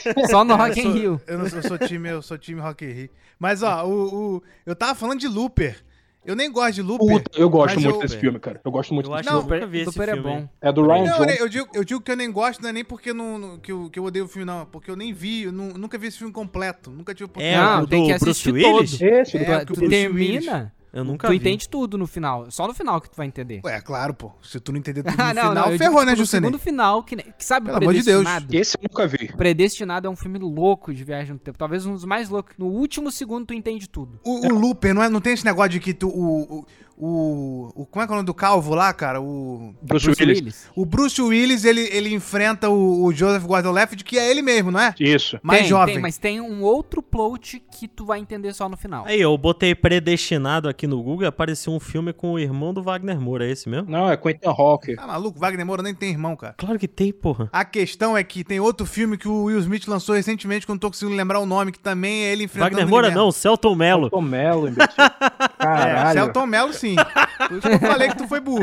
entendi errado.
só no
Eu
Rock in
sou-
Rio.
Eu, não, sou- eu sou time, eu sou time Rock in Rio. Mas, ó, o, o- eu tava falando de Looper. Eu nem gosto de Looper.
Puta, eu gosto
Mas
muito
eu-
desse filme, cara. Eu gosto muito
Eu
desse
acho
Não,
que eu nunca vi esse
Super
filme.
é bom.
filme. É do Ryan
Não, eu,
Johnson.
eu digo, eu digo que eu nem gosto, não é nem porque não, não- que, eu, que eu odeio o filme, não. É Porque eu nem vi, eu nu- nunca vi esse filme completo. Nunca tive
É,
oportunidade.
não,
o
tem
do
que
Bruce
assistir
Willis?
todo.
Esse,
É,
cara,
tu
porque
tu
o Bruce
termina,
Eu nunca
tu
vi.
entende tudo no final. Só no final que tu vai entender.
Ué, é claro, pô. Se tu não entender
(laughs)
tudo no
Ah,
final, ferrou,
eu digo,
né,
tipo, no
Juscelino?
segundo final, que, ne- que sabe
Pelo amor de Deus.
esse eu nunca vi.
Predestinado é um filme louco de viagem no tempo. Talvez um dos mais loucos. No último segundo tu entende tudo.
O, o Looper, não, é, não tem esse negócio de que tu. O, o, o, o- Como é que é o nome do calvo lá, cara? O.
Bruce, Willis.
O Bruce Willis, ele, ele enfrenta o, o Joseph Gordon Levitt, que é ele mesmo, não é?
Isso.
Mais
Tem,
jovem.
tem, mas tem um outro plot que tu vai entender só no final.
Aí, eu botei predestinado aqui no Google, apareceu um filme com o irmão do Wagner Moura, é esse mesmo?
Não, é Quentin Hawker.
Tá maluco? Wagner Moura nem tem irmão, cara.
Claro que tem, porra.
A questão é que tem outro filme que o Will Smith lançou recentemente, que eu não tô conseguindo lembrar o nome, que também é ele enfrentando
Wagner
o
Moura
inverno.
não, Celton Mello.
Tom Mello, imbecil. (laughs)
É,
Caralho.
Celton Mello sim. Por isso que eu falei que tu foi burro.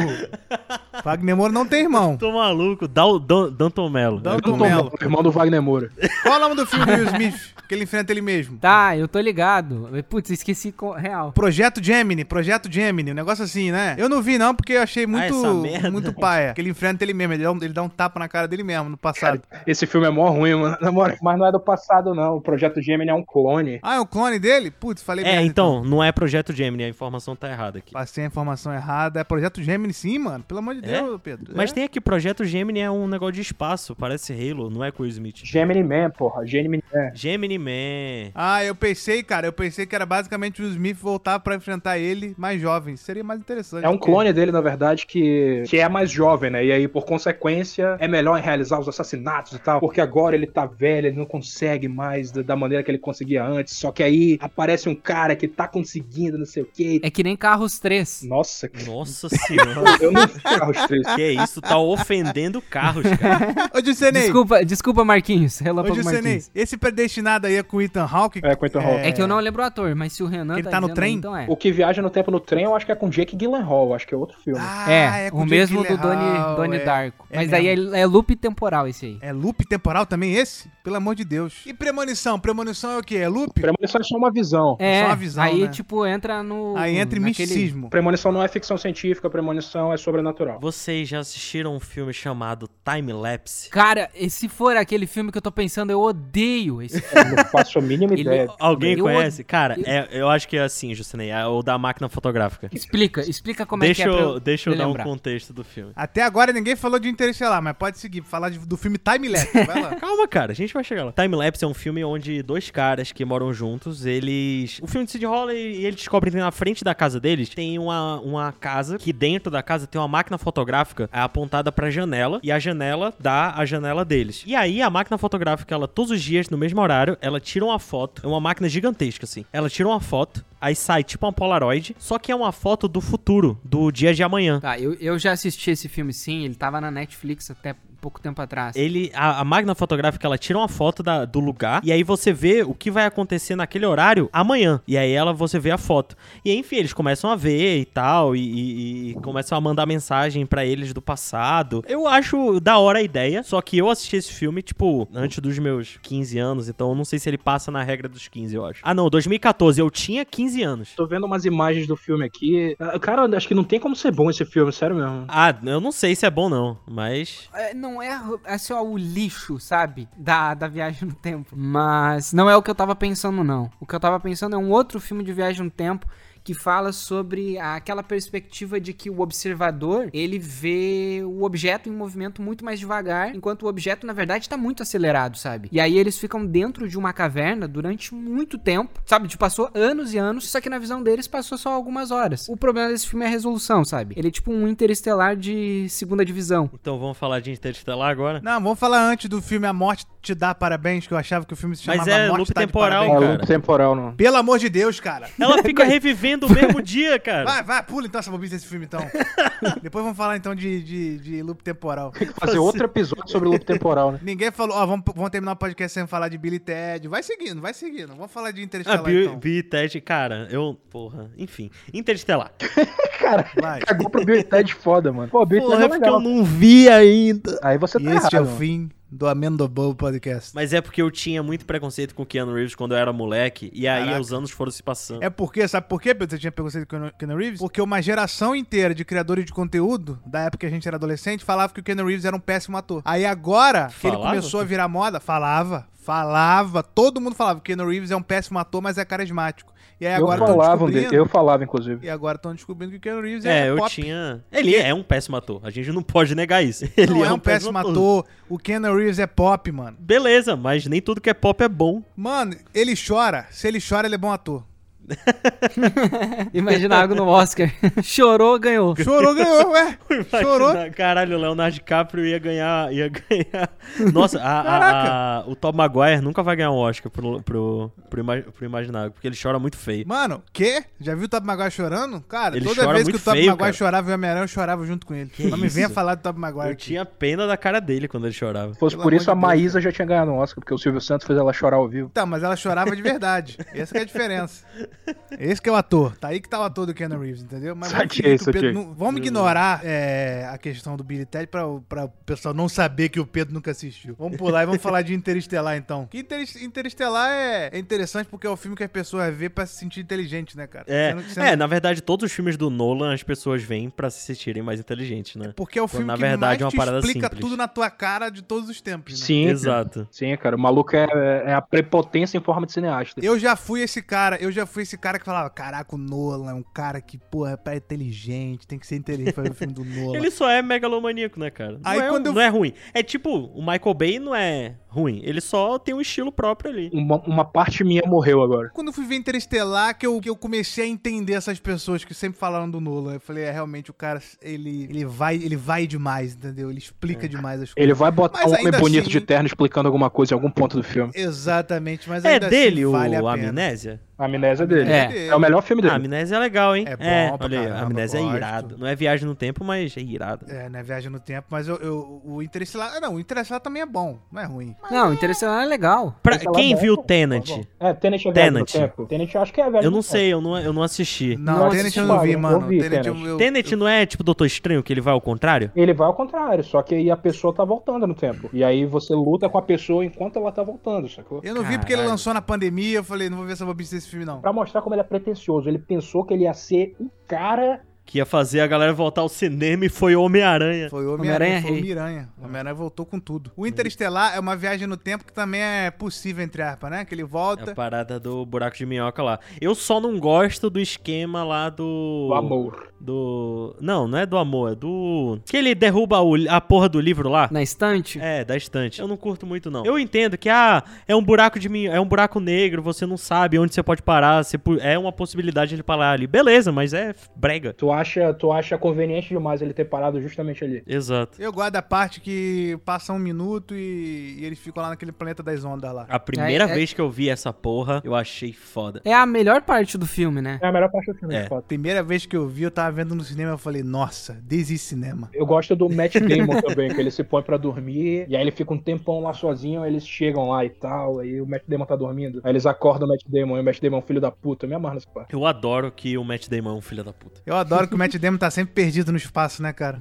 Wagner Moura não tem irmão.
Tô maluco, Dal, Dan, Danton Mello.
Dan-
Tom
Tom
Mello,
Mello.
irmão do Wagner Moura.
Qual é o nome do filme do Will Smith? Que ele enfrenta ele mesmo.
Tá, eu tô ligado. Putz, esqueci co- real.
Projeto Gemini, Projeto Gemini, um negócio assim, né? Eu não vi não, porque eu achei muito,
Ah, essa merda. (laughs)
muito paia. Que ele enfrenta ele mesmo, ele dá, um, ele dá um tapa na cara dele mesmo no passado.
Esse filme é mó ruim, mano. Na moral. Mas não é do passado, não. O Projeto Gemini é um clone.
Ah, é o clone dele? Putz, falei
É,
merda,
então, não é Projeto Gemini, a informação tá errada aqui.
Passei a informação errada. É Projeto Gemini sim, mano. Pelo amor de
É?
Deus, Pedro.
Mas
É.
tem aqui, Projeto Gemini é um negócio de espaço, parece Halo, não é com o Smith.
Gemini Man, porra. Gemini Man.
Gemini Man.
Ah, eu pensei, cara, eu pensei que era basicamente o Smith voltar pra enfrentar ele mais jovem. Seria mais interessante.
É um
Porque-
clone dele, na verdade, que, que é mais jovem, né? E aí, por consequência, é melhor em realizar os assassinatos e tal. Porque agora ele tá velho, ele não consegue mais da, da maneira que ele conseguia antes. Só que aí aparece um cara que tá conseguindo, não sei o quê.
É que nem Carros 3.
Nossa, é que.
(laughs)
Nossa senhora.
Eu (laughs) não vi Carros 3.
Que isso, tá ofendendo carros, cara.
(laughs) Ô, Jusenei,
Desculpa, desculpa, Marquinhos.
ô,
Relâmpago
Jusenei,
Marquinhos.
esse predestinado aí é com o Ethan Hawke.
(laughs) É, com Ethan Hawke.
É que eu não lembro o ator, mas se o Renan
Que ele tá no
dizendo,
trem?
então é.
O que viaja no tempo no trem, eu acho que é com Jake Gyllenhaal. Acho que é outro filme.
Ah,
é,
com
o
Jake
mesmo do
Gyllenhaal,
Donnie, Donnie
é.
Darko.
é
mas daí é, é loop temporal esse aí.
É loop temporal também esse? Pelo amor de Deus. E premonição? Premonição é o quê? É loop?
Premonição é só uma visão.
É,
só uma visão,
aí
né?
tipo entra no...
Aí entra em
naquele-
misticismo.
Premonição não é ficção científica, premonição é sobrenatural.
Vocês já assistiram um filme chamado Time Lapse?
Cara, e se for aquele filme que eu tô pensando, eu odeio
(laughs)
esse filme.
Eu não faço a (laughs) mínima
Ele-
ideia.
Alguém
Eu
conhece? Cara,
eu-
é- eu acho que é assim, Justinei, é o da máquina fotográfica.
Explica, explica como
Deixa
é que é pra
eu, deixa eu
pra
dar um
lembrar.
contexto do filme.
Até agora ninguém falou de Interestelar, mas pode seguir. Falar de- do filme Time Lapse,
(laughs)
vai lá.
Calma, cara, a gente vai chegar lá. Time Lapse é um filme onde dois caras que moram juntos, eles. O filme se desenrola e e eles descobrem que na frente da casa deles tem uma, uma casa que dentro da casa tem uma máquina fotográfica é, apontada pra janela e a janela dá a janela deles. E aí a máquina fotográfica, ela todos os dias, no mesmo horário, ela tira uma foto. É uma máquina gigantesca, assim. Ela tira uma foto. Aí sai tipo uma Polaroid, só que é uma foto do futuro, do dia de amanhã.
Tá, eu, eu já assisti esse filme sim, ele tava na Netflix até pouco tempo atrás.
Ele, a, a máquina fotográfica, ela tira uma foto da- do lugar e aí você vê o que vai acontecer naquele horário amanhã. E aí ela, você vê a foto. E aí, enfim, eles começam a ver e tal, e, e- e começam a mandar mensagem pra eles do passado. Eu acho da hora a ideia, só que eu assisti esse filme, tipo, antes dos meus 15 anos, então eu não sei se ele passa na regra dos 15, eu acho. Ah não, 2014, eu tinha 15 anos.
Tô vendo umas imagens do filme aqui. Ah, Cara, acho que não tem como ser bom esse filme, sério mesmo.
Ah, eu não sei se é bom não, mas...
É, não não é, é só o lixo, sabe? Da, da viagem no tempo. Mas não é o que eu tava pensando, não. O que eu tava pensando é um outro filme de viagem no tempo que fala sobre aquela perspectiva de que o observador ele vê o objeto em movimento muito mais devagar, enquanto o objeto na verdade tá muito acelerado, sabe? E aí eles ficam dentro de uma caverna durante muito tempo, sabe? Tipo, passou anos e anos, só que na visão deles passou só algumas horas. O problema desse filme é a resolução, sabe? Ele é tipo um interestelar de segunda divisão.
Então vamos falar de Interestelar agora?
Não, vamos falar antes do filme A Morte Te Dá Parabéns, que eu achava que o filme se
Mas
chamava
é
A Morte
loop
Tá de
temporal,
Parabéns.
É
cara.
loop temporal, não.
Pelo amor de Deus, cara.
Ela fica revivendo o mesmo dia, cara.
Vai, vai, pula então essa bobice desse filme, então. (laughs) Depois vamos falar, então, de, de, de loop temporal.
Fazer outro episódio sobre loop
(laughs)
temporal, né?
Ninguém falou, ó, vamos, vamos terminar o podcast sem falar de Billy Ted. Vai seguindo, vai seguindo. Vamos falar de
Ah,
Interestelar,
Bill,
então.
Bill e Ted, cara, eu. Porra, enfim. Interestelar.
Cara,
Vai.
cagou pro Bill e Ted foda, mano. Pô, Bill e Ted
Porra,
é
é porque eu
legal.
não vi ainda.
Aí você
E
tá
este
errado.
é o
mano.
fim do Amendobobo Podcast.
Mas é porque eu tinha muito preconceito com o Keanu Reeves quando eu era moleque. E aí
Caraca.
os anos foram se passando.
É porque, sabe por quê, Pedro? Você tinha preconceito com o Keanu- Keanu Reeves? Porque uma geração inteira de criadores de conteúdo, da época que a gente era adolescente, falava que o Keanu Reeves era um péssimo ator. Aí agora, que ele
Falava?
começou a virar moda, falava, falava, todo mundo falava que o Keanu Reeves é um péssimo ator, mas é carismático. E aí
Eu
agora estão
falava, um
descobrindo...
eu falava, inclusive.
E agora estão descobrindo que o Keanu Reeves é,
É, eu
pop.
tinha. Ele é um péssimo ator. A gente não pode negar isso. (laughs) Ele
Não é um péssimo ator. O Keanu Reeves é pop, mano.
Beleza, mas nem tudo que é pop é bom. (laughs)
Mano, ele chora. Se ele chora, ele é bom ator.
Imagina algo no Oscar. (laughs) Chorou, ganhou.
Chorou, ganhou, (laughs) ué.
Imagina,
Chorou.
Caralho, o Leonardo DiCaprio ia ganhar. Ia ganhar. (laughs) Nossa, a- a- a- o Tom Maguire nunca vai ganhar um Oscar pro, pro, pro, ima- pro Imaginário, porque ele chora muito feio.
Mano, que? Já viu o Top Maguire chorando? Cara,
Ele
toda
chora
vez que o
muito
Top
feio,
Maguire
cara.
chorava e o Homem-Aranha, eu chorava junto com ele. Não me
isso?
venha falar do Top Maguire.
Eu
aqui.
tinha pena da cara dele quando ele chorava.
Se fosse
Pelo
por
amor
isso, a
de Deus,
Maísa já tinha ganhado um Oscar, porque o Silvio Santos fez ela chorar ao vivo.
Tá, mas ela chorava de verdade. Essa que é a diferença. Esse que é o ator. Tá aí que tá o ator do Keanu Reeves, entendeu? Mas vamos, fingir
Saquei,
que o Pedro
saquei.
não- vamos ignorar é, a questão do Billy Ted pra, o- pra o pessoal não saber que o Pedro nunca assistiu. Vamos pular e vamos falar de Interestelar, então. Que Inter- Interestelar é, é interessante porque é o filme que as pessoas vê pra se sentir inteligente, né, cara?
É,
Sendo- sendo-
é, na verdade, todos os filmes do Nolan as pessoas vêm pra se sentirem mais inteligentes, né?
Porque é o filme
na
que
verdade, é uma
mais te
parada
explica
simples.
tudo na tua cara de todos os tempos, né?
Sim,
Exato.
sim, cara. O maluco é, é a prepotência em forma de cineasta.
Eu já fui esse cara, eu já fui esse cara que falava, caraca, o Nolan é um cara que, porra, é pra inteligente, tem que ser inteligente pra ver o
(laughs)
filme do Nolan.
Ele só é megalomaníaco, né, cara? Não,
Aí
é,
quando eu-
não é ruim. É tipo, o Michael Bay não é ruim. Ele só tem um estilo próprio ali.
Uma, uma parte minha morreu agora.
Quando eu fui ver Interestelar, que eu, que eu comecei a entender essas pessoas que sempre falaram do Nolan, eu falei, é, realmente, o cara, ele, ele, vai, ele vai demais, entendeu? Ele
É.
explica demais as coisas.
Ele vai botar
Mas
um homem
ainda
bonito
assim-
de terno explicando alguma coisa em algum ponto do filme.
Exatamente, mas
É
ainda
dele
assim, vale
o né?
a pena.
Amnésia?
A amnésia dele.
É.
É, o melhor filme
Ah,
dele.
amnésia é legal, hein?
É bom pra
olha aí,
caramba,
a amnésia
gosto.
é irado. Não é viagem no tempo, mas é irado.
É, né, Viagem no Tempo, mas eu, eu- o Interestelar... ah, Não, o Interestelar também é bom, não é ruim.
Não, Interestelar é legal.
Pra
Esse é
quem
lá bom,
viu
pô,
Tenet,
tá bom. É, Tenet é
Tenet.
velho do tempo. Tenet eu acho que é velho
eu
do
não
tempo.
sei, eu não, eu não assisti.
Não, o Tenet
assisti
eu não vi,
nada,
mano.
não vi
Tenet, eu-
Tenet.
eu-
Tenet não é tipo Doutor Estranho, que ele vai ao contrário?
Ele vai ao contrário, só que aí a pessoa tá voltando no tempo. E aí você luta com a pessoa enquanto ela tá voltando, sacou?
Eu não vi porque ele
Caralho.
lançou na pandemia, eu falei, não vou ver essa bobice desse filme, não.
Pra mostrar como ele é pretencioso. Ele pensou que ele ia ser o cara
Que ia fazer a galera voltar ao cinema e foi Homem-Aranha.
Foi o
Homem-Aranha
Homem-Aranha. Foi o
Rei.
Miranha. O Homem-Aranha voltou com tudo. O Interestelar é uma viagem no tempo que também é possível, entre aspas, né? Que ele
É A
volta.
parada do buraco de minhoca lá. Eu só não gosto do esquema lá do.
do amor.
Do. Não, não é do amor, é do. Que ele derruba o- a porra do livro lá.
Na estante.
É, da estante. Eu não curto muito, não. Eu entendo que, ah, é um buraco de mim, é um buraco negro, você não sabe onde você pode parar, você pu- é uma possibilidade de ele parar ali. Beleza, mas é f- brega.
Tu acha, tu acha conveniente demais ele ter parado justamente ali.
Exato.
Eu gosto da parte que passa um minuto e, e eles ficam lá naquele planeta das ondas lá.
A primeira
É, é-
vez que eu vi essa porra, eu achei foda.
É a melhor parte do filme, né?
É a melhor parte do filme,
É.
de fato.
Primeira vez que eu vi, eu tava vendo no cinema, eu falei, nossa, desiste cinema.
Eu gosto do Matt Damon também, que ele se põe pra dormir, e aí ele fica um tempão lá sozinho, aí eles chegam lá e tal, aí o Matt Damon tá dormindo. Aí eles acordam o Matt Damon, e o Matt Damon é um filho da puta, eu me amarra nessa parte.
Eu adoro que o Matt Damon é um filho da puta.
Eu adoro Claro que o Matt Damon tá sempre perdido no espaço, né, cara?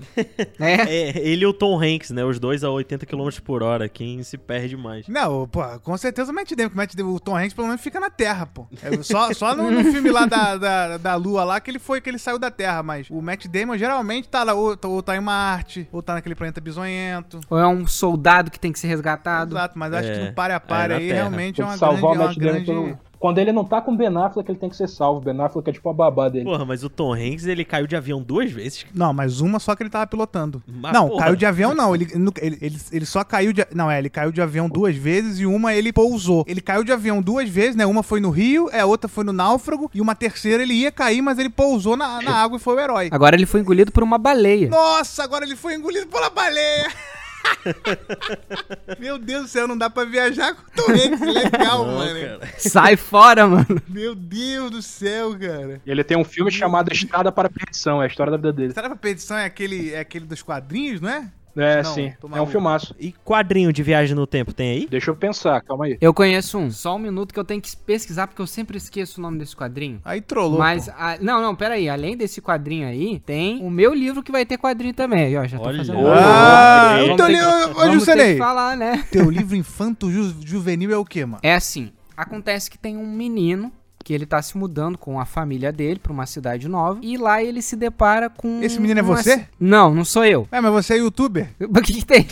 É.
É, ele e o Tom Hanks, né? Os dois a 80 km por hora. Quem se perde mais.
Não, pô, com certeza o Matt Damon, porque o, Matt Damon- o Tom Hanks pelo menos fica na Terra, pô. É, só só no, no filme lá da, da, da Lua lá que ele foi, que ele saiu da Terra, mas o Matt Damon geralmente tá lá, ou, tá- ou tá em Marte, ou tá naquele planeta bizonhento.
Ou é um soldado que tem que ser resgatado.
Exato, mas acho
É,
que no pare a pare
é, na
aí
Terra.
realmente é uma
salvar o Matt
grande... é uma
Damon.
grande-
quando- Quando ele não tá com o Ben Affleck, ele tem que ser salvo. Ben Affleck é tipo uma babá dele.
Porra, mas o Tom Hanks, ele caiu de avião duas vezes.
Não, mas uma só que ele tava pilotando.
Mas,
não,
porra.
caiu de avião não. Ele, nu- ele, ele, ele só caiu de. Não, é, ele caiu de avião duas vezes e uma ele pousou. Ele caiu de avião duas vezes, né? Uma foi no Rio, é, a outra foi no Náufrago e uma terceira ele ia cair, mas ele pousou na, na água e foi o herói.
Agora ele foi engolido por uma baleia.
Nossa, agora ele foi engolido pela baleia! (laughs) Meu Deus do céu, não dá pra viajar com o Tom Hanks, legal, mano.
Sai fora, mano.
Meu Deus do céu, cara.
Ele tem um filme chamado Estrada para a Perdição, é a história da vida dele.
Será que a petição é aquele, é aquele dos quadrinhos, não é?
É,
Não,
sim.
tô
É um
maluco.
filmaço.
E quadrinho de viagem no tempo tem aí?
Deixa eu pensar, calma aí.
Eu conheço um. Só um minuto que eu tenho que pesquisar, porque eu sempre esqueço o nome desse quadrinho.
Aí trollou.
Mas,
pô.
a- não, não, pera aí. Além desse quadrinho aí, tem o meu livro que vai ter quadrinho também. Aí, ó, já tô
Olha.
fazendo...
Ah,
Vamos
então ali
ter que-
eu, eu
Vamos ter
jucenei.
que falar, né?
Teu livro infanto ju- juvenil é o quê, mano?
É assim, acontece que tem um menino que ele tá se mudando com a família dele pra uma cidade nova e lá ele se depara com...
Esse menino é
uma
você?
ci- Não, não sou eu. (laughs)
É, mas você é youtuber.
O que que tem?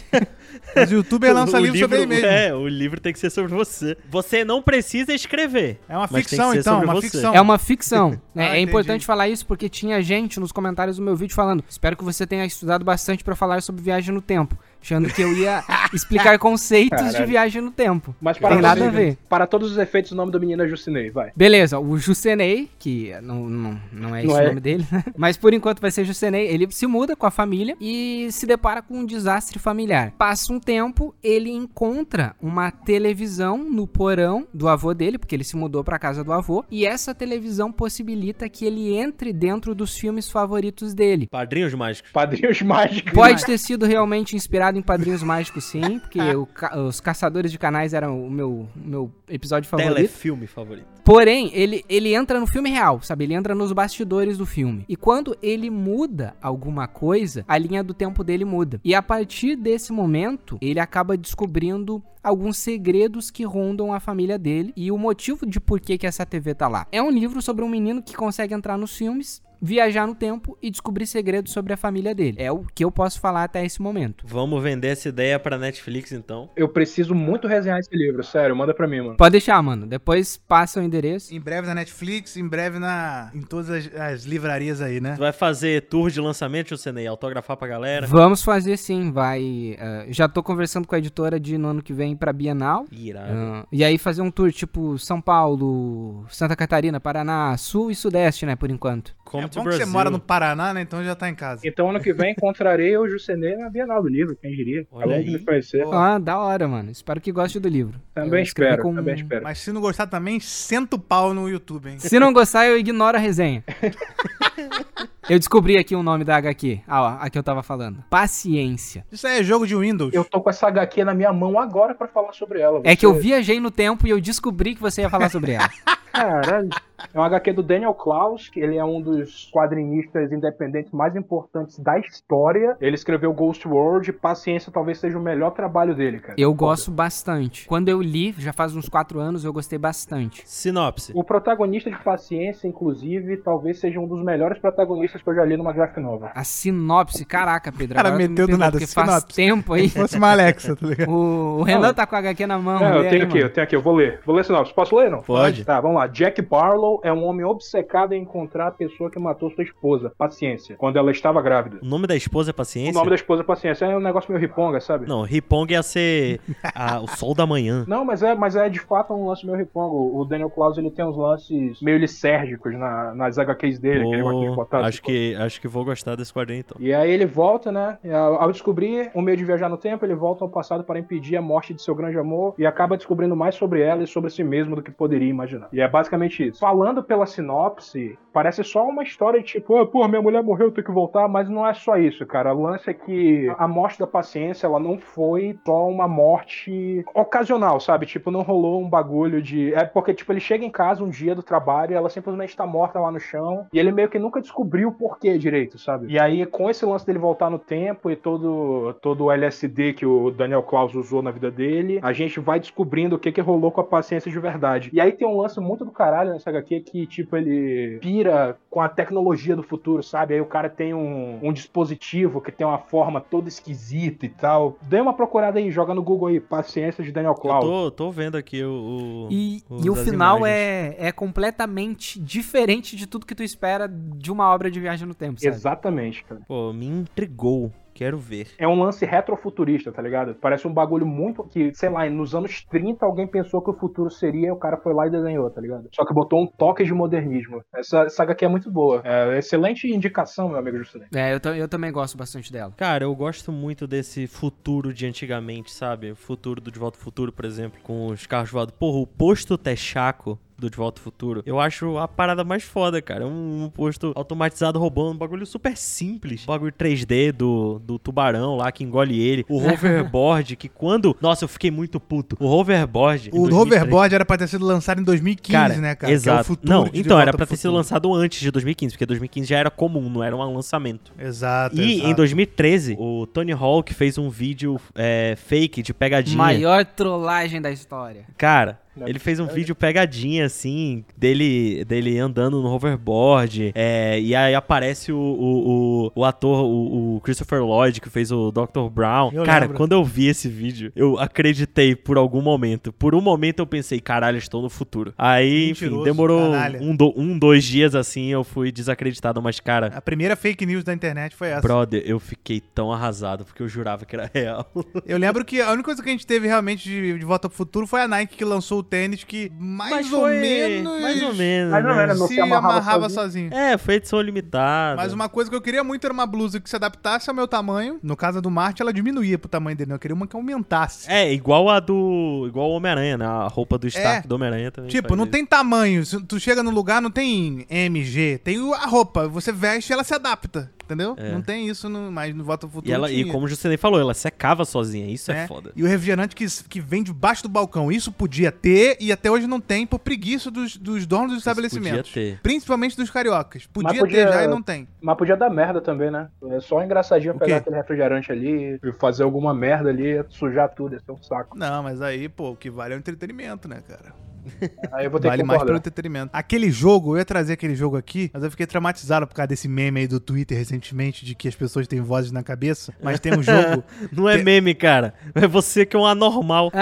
Mas o
(laughs)
youtuber lança livro sobre ele mesmo. É,
É, o livro tem que ser sobre você. Você não precisa escrever.
uma
mas tem que
ficção,
ser
então,
sobre
uma
você.
ficção.
É uma ficção.
(laughs) Ah,
né? é
entendi.
importante falar isso porque tinha gente nos comentários do meu vídeo falando: espero que você tenha estudado bastante pra falar sobre viagem no tempo. Achando que
(laughs)
eu ia explicar conceitos de
Caralho.
viagem no tempo.
Mas
Tem nada a ver.
para todos os efeitos, o nome do menino é Jucinei, vai.
Beleza, o Jusenei, que não, não, não é esse
Não
o
é.
nome dele, né? (laughs) mas por enquanto vai ser Jusenei, ele se muda com a família e se depara com um desastre familiar. Passa um tempo, ele encontra uma televisão no porão do avô dele, porque ele se mudou pra casa do avô, e essa televisão possibilita que ele entre dentro dos filmes favoritos dele.
Padrinhos mágicos.
Padrinhos (laughs) Mágicos.
Pode ter sido realmente inspirado em Padrinhos Mágicos, sim, porque o ca- os Caçadores de Canais eram o meu, meu episódio favorito.
Telefilme favorito.
Porém, ele, ele entra no filme real, sabe? Ele entra nos bastidores do filme. E quando ele muda alguma coisa, a linha do tempo dele muda. E a partir desse momento, ele acaba descobrindo alguns segredos que rondam a família dele e o motivo de por que, que essa TV tá lá. É um livro sobre um menino que consegue entrar nos filmes, viajar no tempo e descobrir segredos sobre a família dele. É o que eu posso falar até esse momento.
Vamos vender essa ideia pra Netflix, então.
Eu preciso muito resenhar esse livro, sério, manda pra mim, mano.
Pode deixar, mano. Depois passa o endereço.
Em breve na Netflix, em breve na em todas as, as livrarias aí, né?
Tu vai fazer tour de lançamento, Jusenei? Autografar pra galera?
Vamos fazer sim, vai. eh, já tô conversando com a editora de no ano que vem pra Bienal.
É
Irado.
Ah, e aí fazer um tour tipo São Paulo, Santa Catarina, Paraná, Sul e Sudeste, né, por enquanto.
Como
é
to
bom que você
Brasil.
mora no Paraná, né? Então já tá em casa.
Então ano que vem encontrarei o Jucinei na Bienal do Livro, quem diria.
Olha
Acabou
aí.
de me conhecer.
Pô,
Ah, da hora, mano. Espero que goste do livro.
Também
Eu escrevi
espero,
com-
também espero.
Mas se não gostar também, senta o pau no YouTube, hein?
Se não gostar, eu ignoro a
(laughs)
resenha. eu descobri aqui o nome da HQ. Ah, ó, a que eu tava falando. Paciência.
Isso aí é jogo de Windows.
Eu tô com essa HQ na minha mão agora pra falar sobre ela.
É
você-
que eu viajei no tempo e eu descobri que você ia falar sobre
(laughs)
ela.
Caralho. É um HQ do Daniel Klaus, que ele é um dos quadrinistas independentes mais importantes da história. Ele escreveu Ghost World, Paciência talvez seja o melhor trabalho dele, cara.
Eu gosto bastante. Quando eu li, já faz uns quatro anos, eu gostei bastante.
Sinopse.
O protagonista de Paciência, inclusive, talvez seja um dos melhores protagonistas que eu já li numa graphic novel.
A sinopse, caraca, Pedro.
Cara,
agora tu me
meteu do
pegou,
nada,
Porque faz
sinopse.
tempo
(laughs)
aí.
Se fosse uma Alexa, tá ligado?
O, o Renan tá com a HQ na mão.
Não,
lê
É, eu
aí,
tenho aqui, eu
mano.
tenho aqui, eu vou ler. Vou ler sinopse. Posso ler, não?
Pode.
Tá, vamos lá. Jack Barlow é um homem obcecado em encontrar a pessoa que matou sua esposa, Paciência, quando ela estava grávida.
O nome da esposa é Paciência?
O nome da esposa é Paciência. É um negócio meio riponga, sabe?
Não, Ripong ia ser a- o sol da manhã.
Não, mas é, mas é de fato um lance meio ripongo. O Daniel Klaus ele tem uns lances meio lisérgicos na, nas HQs dele, que ele gosta de
Pô,
botar.
acho, que, acho que vou gostar desse quadrinho, então.
E aí ele volta, né? E Ao ao descobrir o meio de viajar no tempo, ele volta ao passado para impedir a morte de seu grande amor e acaba descobrindo mais sobre ela e sobre si mesmo do que poderia imaginar. E é basicamente isso. Falando falando pela sinopse, parece só uma história tipo, ah, pô, minha mulher morreu, eu tenho que voltar, mas não é só isso, cara. O lance é que a morte da paciência, ela não foi só uma morte ocasional, sabe? Tipo, não rolou um bagulho de. É porque, tipo, ele chega em casa um dia do trabalho e ela simplesmente tá morta lá no chão e ele meio que nunca descobriu o porquê direito, sabe? E aí, com esse lance dele voltar no tempo e todo, todo o LSD que o Daniel Klaus usou na vida dele, a gente vai descobrindo o que que rolou com a paciência de verdade. E aí tem um lance muito do caralho nessa HQ que, tipo, ele pira com a tecnologia do futuro, sabe? Aí o cara tem um, um dispositivo que tem uma forma toda esquisita e tal. Dê uma procurada aí, joga no Google aí, paciência de Daniel
Eu
Klaus.
tô, tô vendo aqui o. o-
E,
o
e o
das
final
imagens.
é, é completamente diferente de tudo que tu espera de uma obra de viagem no tempo, sabe?
Exatamente, cara.
Pô, me intrigou. Quero ver.
É um lance retrofuturista, tá ligado? Parece um bagulho muito que, sei lá, nos anos 30 alguém pensou que o futuro seria e o cara foi lá e desenhou, tá ligado? Só que botou um toque de modernismo. Essa saga aqui é muito boa. É excelente indicação, meu amigo Juscelino.
É, eu, ta- eu também gosto bastante dela.
Cara, eu gosto muito desse futuro de antigamente, sabe? O futuro do De Volta ao Futuro, por exemplo, com os carros voados. Porra, o posto Texaco do De Volta ao Futuro, eu acho a parada mais foda, cara. É um, um posto automatizado roubando, um bagulho super simples. O bagulho 3D do, do tubarão lá que engole ele.
(laughs)
O hoverboard, que quando... Nossa, eu fiquei muito puto. O hoverboard... (laughs) em
O
2003.
hoverboard era pra ter sido lançado em 2015, né, cara? Que é o
Exato.
futuro
não,
de De
então era
Volta
pra ter
pro
sido
Futuro.
lançado antes de 2015, porque 2015 já era comum, não era um lançamento.
Exato,
E
exato.
em 2013, o Tony Hawk fez um vídeo é, fake de pegadinha.
Maior trollagem da história. (laughs)
Cara,
Não,
ele fez um vídeo pegadinha, assim, dele, dele andando no hoverboard. é, e aí aparece o, o, o, o ator, o, o Christopher Lloyd, que fez o Dr. Brown.
Eu
cara,
lembro.
quando eu vi esse vídeo, eu acreditei por algum momento. Por um momento eu pensei, caralho, estou no futuro. Aí, enfim,
Mentiroso,
demorou
caralho.
um, do- um, dois dias assim, eu fui desacreditado, mas, cara.
A primeira fake news da internet foi essa.
Brother, eu fiquei tão arrasado porque eu jurava que era real.
Eu lembro que a única coisa que a gente teve realmente de, de Volta pro Futuro foi a Nike que lançou o tênis que mais ou menos
Mais ou menos.
Mais ou
né?
menos.
se
Você amarrava
amarrava
sozinho.
sozinho.
É, foi edição limitada.
Mas uma coisa que eu queria muito era uma blusa que se adaptasse ao meu tamanho. No caso do Marte, ela diminuía pro tamanho dele. né? Eu queria uma que aumentasse.
É, igual a do. Igual o Homem-Aranha, né? A roupa do Stark
É.
do Homem-Aranha também.
Tipo,
faz
não
isso.
tem tamanho. Se tu chega no lugar, não tem MG. Tem o- a roupa. Você veste e ela se adapta. Entendeu? Não tem isso no, mais no Volta pro Futuro.
É. E, ela, e
tinha,
como o Juscelino falou, ela secava sozinha. Isso é,
né?
foda.
E o refrigerante que, que vem debaixo do balcão. Isso podia ter e até hoje não tem por preguiça dos, dos donos dos estabelecimentos.
podia ter.
Principalmente dos cariocas. Podia,
podia-
ter já e não tem.
Mas podia dar merda também, né? É só engraçadinho
O
pegar
quê?
aquele refrigerante ali e fazer alguma merda ali, sujar tudo, ia ser um saco.
Não, mas aí, pô, o que vale é o entretenimento, né, cara?
Aí eu vou ter
Vale
que
mais pelo
concordar.
entretenimento. Aquele jogo, eu ia trazer aquele jogo aqui, mas eu fiquei traumatizado por causa desse meme aí do Twitter recentemente, de que as pessoas têm vozes na cabeça. Mas tem
(laughs)
um jogo.
Não é
Tem-
meme, cara. É você que é um anormal.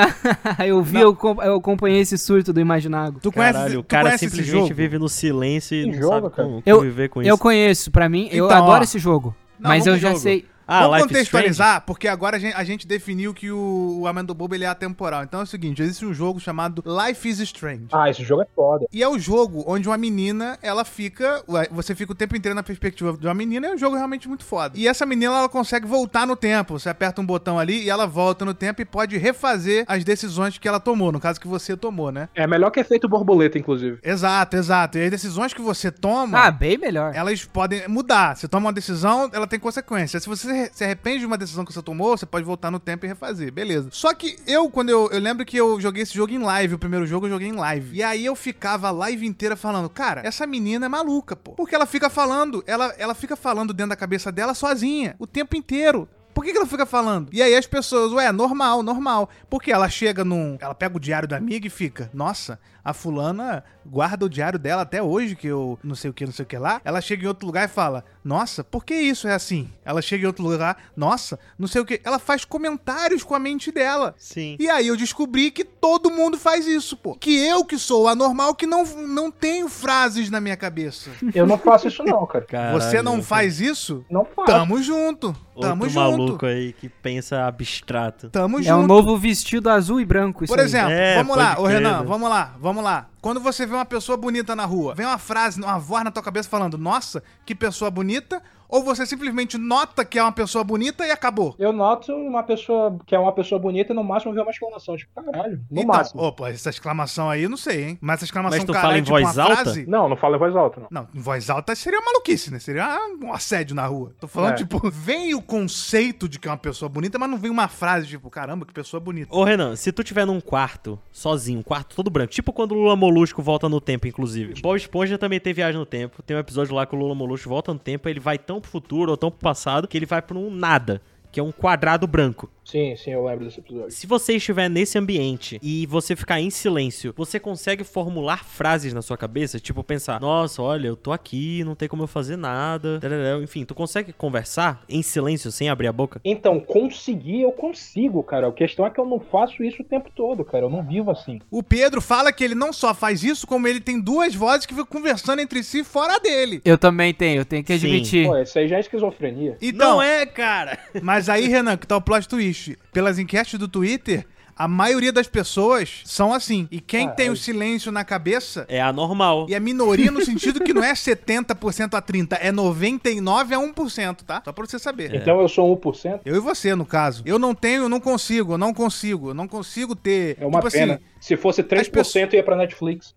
eu vi, eu, com- eu acompanhei esse surto do Imaginago.
Tu conhece,
Caralho, o
tu
cara
conhece esse
simplesmente
jogo?
vive no silêncio e
Que
não
jogo,
sabe
cara?
como
Eu-
viver com
Eu
isso.
conheço, pra mim, eu
Então,
adoro
ó.
esse jogo.
Não,
mas eu
vamos
já
jogo.
sei.
Ah,
Vamos
Life is Strange?
contextualizar, porque agora a gente, a gente definiu que o, o Amendo Bobo ele é atemporal. Então é o seguinte: existe um jogo chamado Life is Strange.
Ah, esse jogo é foda.
E é o jogo onde uma menina, ela fica. ué, Você fica o tempo inteiro na perspectiva de uma menina, é um jogo realmente muito foda. E essa menina, ela consegue voltar no tempo. Você aperta um botão ali e ela volta no tempo e pode refazer as decisões que ela tomou, no caso que você tomou, né?
É melhor que efeito borboleta, inclusive.
Exato, exato. E as decisões que você toma.
Ah, bem melhor.
Elas podem mudar. Você toma uma decisão, ela tem consequência. Se você re- se arrepende de uma decisão que você tomou, você pode voltar no tempo e refazer. Beleza. Só que eu, quando eu, eu lembro que eu joguei esse jogo em live, o primeiro jogo eu joguei em live. E aí eu ficava a live inteira falando, cara, essa menina é maluca, pô. Porque ela fica falando, ela, ela fica falando dentro da cabeça dela sozinha, o tempo inteiro. Por que, que ela fica falando? E aí as pessoas, ué, normal, normal. Porque ela chega num. Ela pega o diário da amiga e fica, nossa, a fulana guarda o diário dela até hoje, que eu não sei o que, não sei o que lá. Ela chega em outro lugar e fala, nossa, por que isso é assim? Ela chega em outro lugar, nossa, não sei o que. Ela faz comentários com a mente dela.
Sim.
E aí eu descobri que todo mundo faz isso, pô. Que eu que sou anormal, que não, não tenho frases na minha cabeça.
Eu não faço isso não, cara.
Você
Caralho,
não
outro-
faz isso? (laughs)
Não faço.
Tamo junto. Tamo
outro
junto.
maluco aí que pensa abstrato.
Tamo
É
junto.
um novo vestido azul e branco. Isso
Por
aí.
exemplo,
É,
vamos
pode
lá, ô
crer,
Renan,
né?
vamos lá, vamos lá. Quando você vê uma pessoa bonita na rua, vem uma frase, uma voz na tua cabeça falando, nossa, que pessoa bonita, ou você simplesmente nota que é uma pessoa bonita e acabou?
Eu noto uma pessoa que é uma pessoa bonita e no máximo vê uma exclamação. Tipo, caralho. No
então,
máximo.
opa, essa exclamação aí, eu não sei, hein? Mas essa exclamação,
Mas tu
caralho,
fala em
tipo
voz
uma
alta?
frase-
Não, não fala em voz alta, não.
Não, em voz alta seria maluquice, né? Seria ah, um assédio na rua. Tô falando,
É.
tipo, vem o conceito de que é uma pessoa bonita, mas não vem uma frase, tipo, caramba, que pessoa bonita.
Ô, Renan, se tu tiver num quarto, sozinho, um quarto todo branco, tipo quando o Lula Molusco volta no tempo, inclusive. Bob Esponja também tem viagem no tempo. Tem um episódio lá que o Lula Molusco volta no tempo, ele vai tão pro futuro ou tão pro passado que ele vai pra um nada, que é um quadrado branco.
Sim, sim, eu lembro desse episódio.
Se você estiver nesse ambiente e você ficar em silêncio, você consegue formular frases na sua cabeça, tipo pensar: "Nossa, olha, eu tô aqui, não tem como eu fazer nada". tarará. Enfim, tu consegue conversar em silêncio sem abrir a boca?
Então, conseguir, eu consigo, cara. A questão é que eu não faço isso o tempo todo, cara. Eu não vivo assim.
O Pedro fala que ele não só faz isso, como ele tem duas vozes que ficam conversando entre si fora dele.
Eu também tenho, eu tenho que
Sim.
admitir.
Pô, isso aí já é esquizofrenia.
Então,
não é, cara. (laughs)
mas aí, Renan, que tá o plot twist. Pelas enquetes do Twitter, a maioria das pessoas são assim. E quem
Ah,
tem
é.
o silêncio na cabeça
É anormal.
E é minoria no sentido que não é 70% a 30%, é 99% a 1%, tá? Só pra você saber.
Então eu sou 1%?
Eu e você, no caso. Eu não tenho, eu não consigo, eu não consigo, eu não consigo ter. tipo assim,
É uma pena. Se fosse 3%, ia pra Netflix.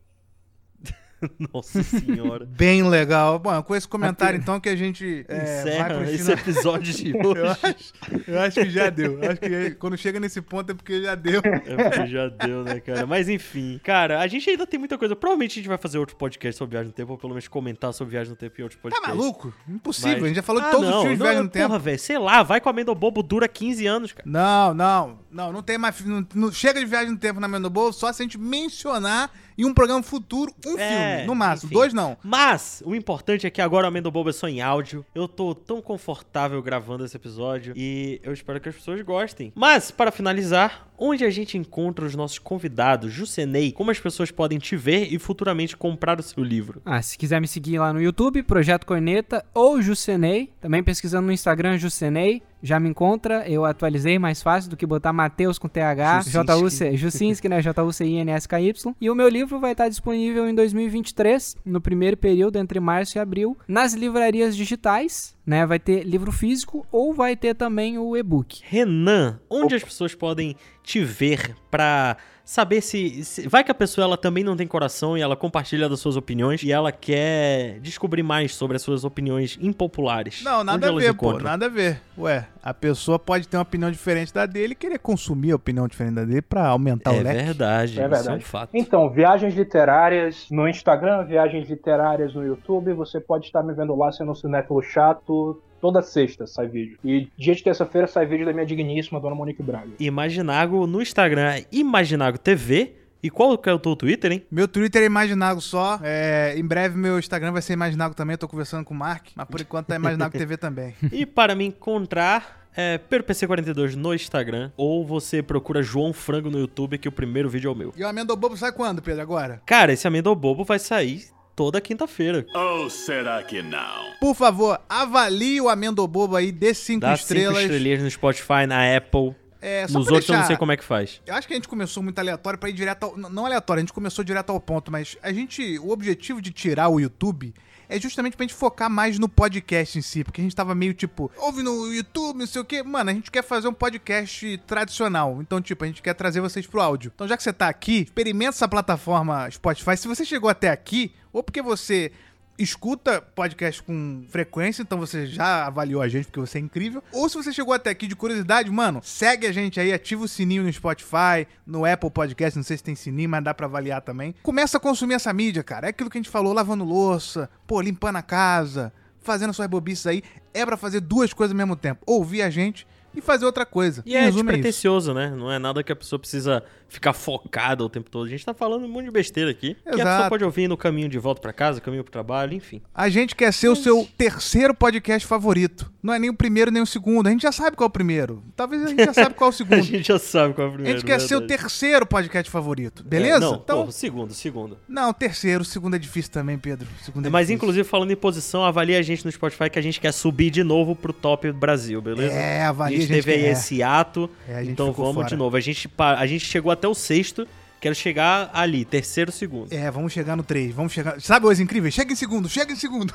Nossa senhora.
bem legal. Bom, com esse comentário, então, que a gente é, vai
Encerra
pro
esse
final.
episódio de
(laughs) Eu
hoje.
acho, eu acho que já deu. Eu Acho que aí, quando chega nesse ponto é porque já deu.
(laughs) É porque já deu, né, cara? Mas enfim. Cara, a gente ainda tem muita coisa. Provavelmente a gente vai fazer outro podcast sobre viagem no tempo, ou pelo menos comentar sobre viagem no tempo em outro
Tá
podcast.
maluco? Impossível.
Mas-
A gente já falou de
Ah,
todos
não,
os filmes
não,
velhos no
porra,
tempo.
velho, sei lá, vai com a bobo dura 15 anos, cara.
Não, não, não, não tem mais. Não, não- chega de viagem no tempo na Mendo Bolsa, só se a gente mencionar em um programa futuro um
É,
filme, no máximo.
enfim.
Dois não.
Mas o importante é que agora o Amendo Bobo é só em áudio. Eu tô tão confortável gravando esse episódio e eu espero que as pessoas gostem. Mas, para finalizar, onde a gente encontra os nossos convidados, Jucenei, como as pessoas podem te ver e futuramente comprar o seu livro?
Ah, se quiser me seguir lá no YouTube, Projeto Corneta ou Jucenei, também pesquisando no Instagram Jucenei, já me encontra, eu atualizei mais fácil do que botar Mateus com TH,
Jucinski.
J-U-C, Jucinski, né, J-U-C-I-N-S-K-Y, e o meu livro vai estar disponível em 2023, no primeiro período entre março e abril, nas livrarias digitais, né, vai ter livro físico ou vai ter também o e-book.
Renan, onde as pessoas podem te ver pra saber se, se- Vai que a pessoa ela também não tem coração e ela compartilha das suas opiniões e ela quer descobrir mais sobre as suas opiniões impopulares.
Não, nada
Onde
a
elas
ver, pô.
encontram?
Nada a ver. Ué, a pessoa pode ter uma opinião diferente da dele e querer consumir a opinião diferente da dele pra aumentar o
É
leque.
verdade,
É
isso é um
verdade.
fato.
Então, viagens literárias no Instagram, viagens literárias no YouTube. Você pode estar me vendo lá sendo um cinéfilo chato. Toda sexta sai vídeo. E dia de terça-feira sai vídeo da minha digníssima dona Monique Braga.
Imaginago no Instagram é Imaginago TV. E qual que é o teu Twitter,
(laughs)
hein?
Meu Twitter é Imaginago só. É, em breve meu Instagram vai ser Imaginago também. Eu tô conversando com o Mark, mas por enquanto tá Imaginago TV também.
E para me encontrar é PeroPC42 no Instagram. Ou você procura João Frango no YouTube, que o primeiro vídeo é o meu.
E o Amendo Bobo sai quando, Pedro? Agora?
Cara, esse Amêndoa Bobo vai sair toda quinta-feira.
Ou será que não?
Por favor, avalie o Amendo Bobo aí, dê cinco
Dá
estrelas.
cinco estrelinhas no Spotify, na Apple.
É, só
Nos
pra
outros eu não
deixar-
sei como é que faz.
Eu acho que a gente começou muito aleatório pra ir direto ao. n- Não aleatório, a gente começou direto ao ponto, mas a gente. O objetivo de tirar o YouTube é justamente pra gente focar mais no podcast em si, porque a gente tava meio tipo, ouve no YouTube, não sei o quê. Mano, a gente quer fazer um podcast tradicional. Então, tipo, a gente quer trazer vocês pro áudio. Então, já que você tá aqui, experimenta essa plataforma Spotify. Se você chegou até aqui, ou porque você escuta podcast com frequência, então você já avaliou a gente porque você é incrível. Ou se você chegou até aqui de curiosidade, mano, segue a gente aí, ativa o sininho no Spotify, no Apple Podcast, não sei se tem sininho, mas dá pra avaliar também. Começa a consumir essa mídia, cara. É aquilo que a gente falou, lavando louça, pô, limpando a casa, fazendo suas bobices aí. É pra fazer duas coisas ao mesmo tempo. Ouvir a gente e fazer outra coisa.
E é
Resumo isso.
despretensioso, né? Não é nada que a pessoa precisa ficar focada o tempo todo. A gente tá falando um monte de besteira aqui. Que a pessoa
Exato.
pode ouvir no caminho de volta pra casa, caminho pro trabalho, enfim.
A gente quer ser o seu terceiro podcast favorito. Não é nem o primeiro nem o segundo. A gente já sabe qual é o primeiro. Talvez a gente já sabe
(laughs)
qual é o
A
segundo.
gente já sabe qual é o
A
primeiro.
gente quer ser o
verdade.
terceiro podcast favorito,
É,
beleza?
não,
então,
pô, segundo, segundo.
não, terceiro, segundo é difícil também, Pedro. Segundo é
Mas
difícil.
inclusive falando em posição, avalia a gente no Spotify que a gente quer subir de novo pro top Brasil, beleza?
É,
a
avalia
gente teve aí
é.
esse ato,
É, a gente
então
ficou
vamos
fora.
de novo. A gente, pa- a gente chegou até o sexto, Quero chegar ali, terceiro segundo.
É, vamos chegar no 3, vamos chegar. Sabe hoje incrível? Chega em segundo, chega em
(laughs)
segundo.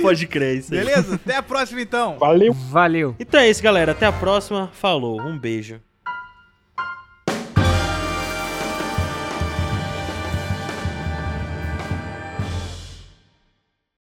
Pode crer, é isso aí.
Beleza? Até a próxima então.
Valeu!
Valeu.
Então é isso, galera. Até a próxima. Falou. Um beijo.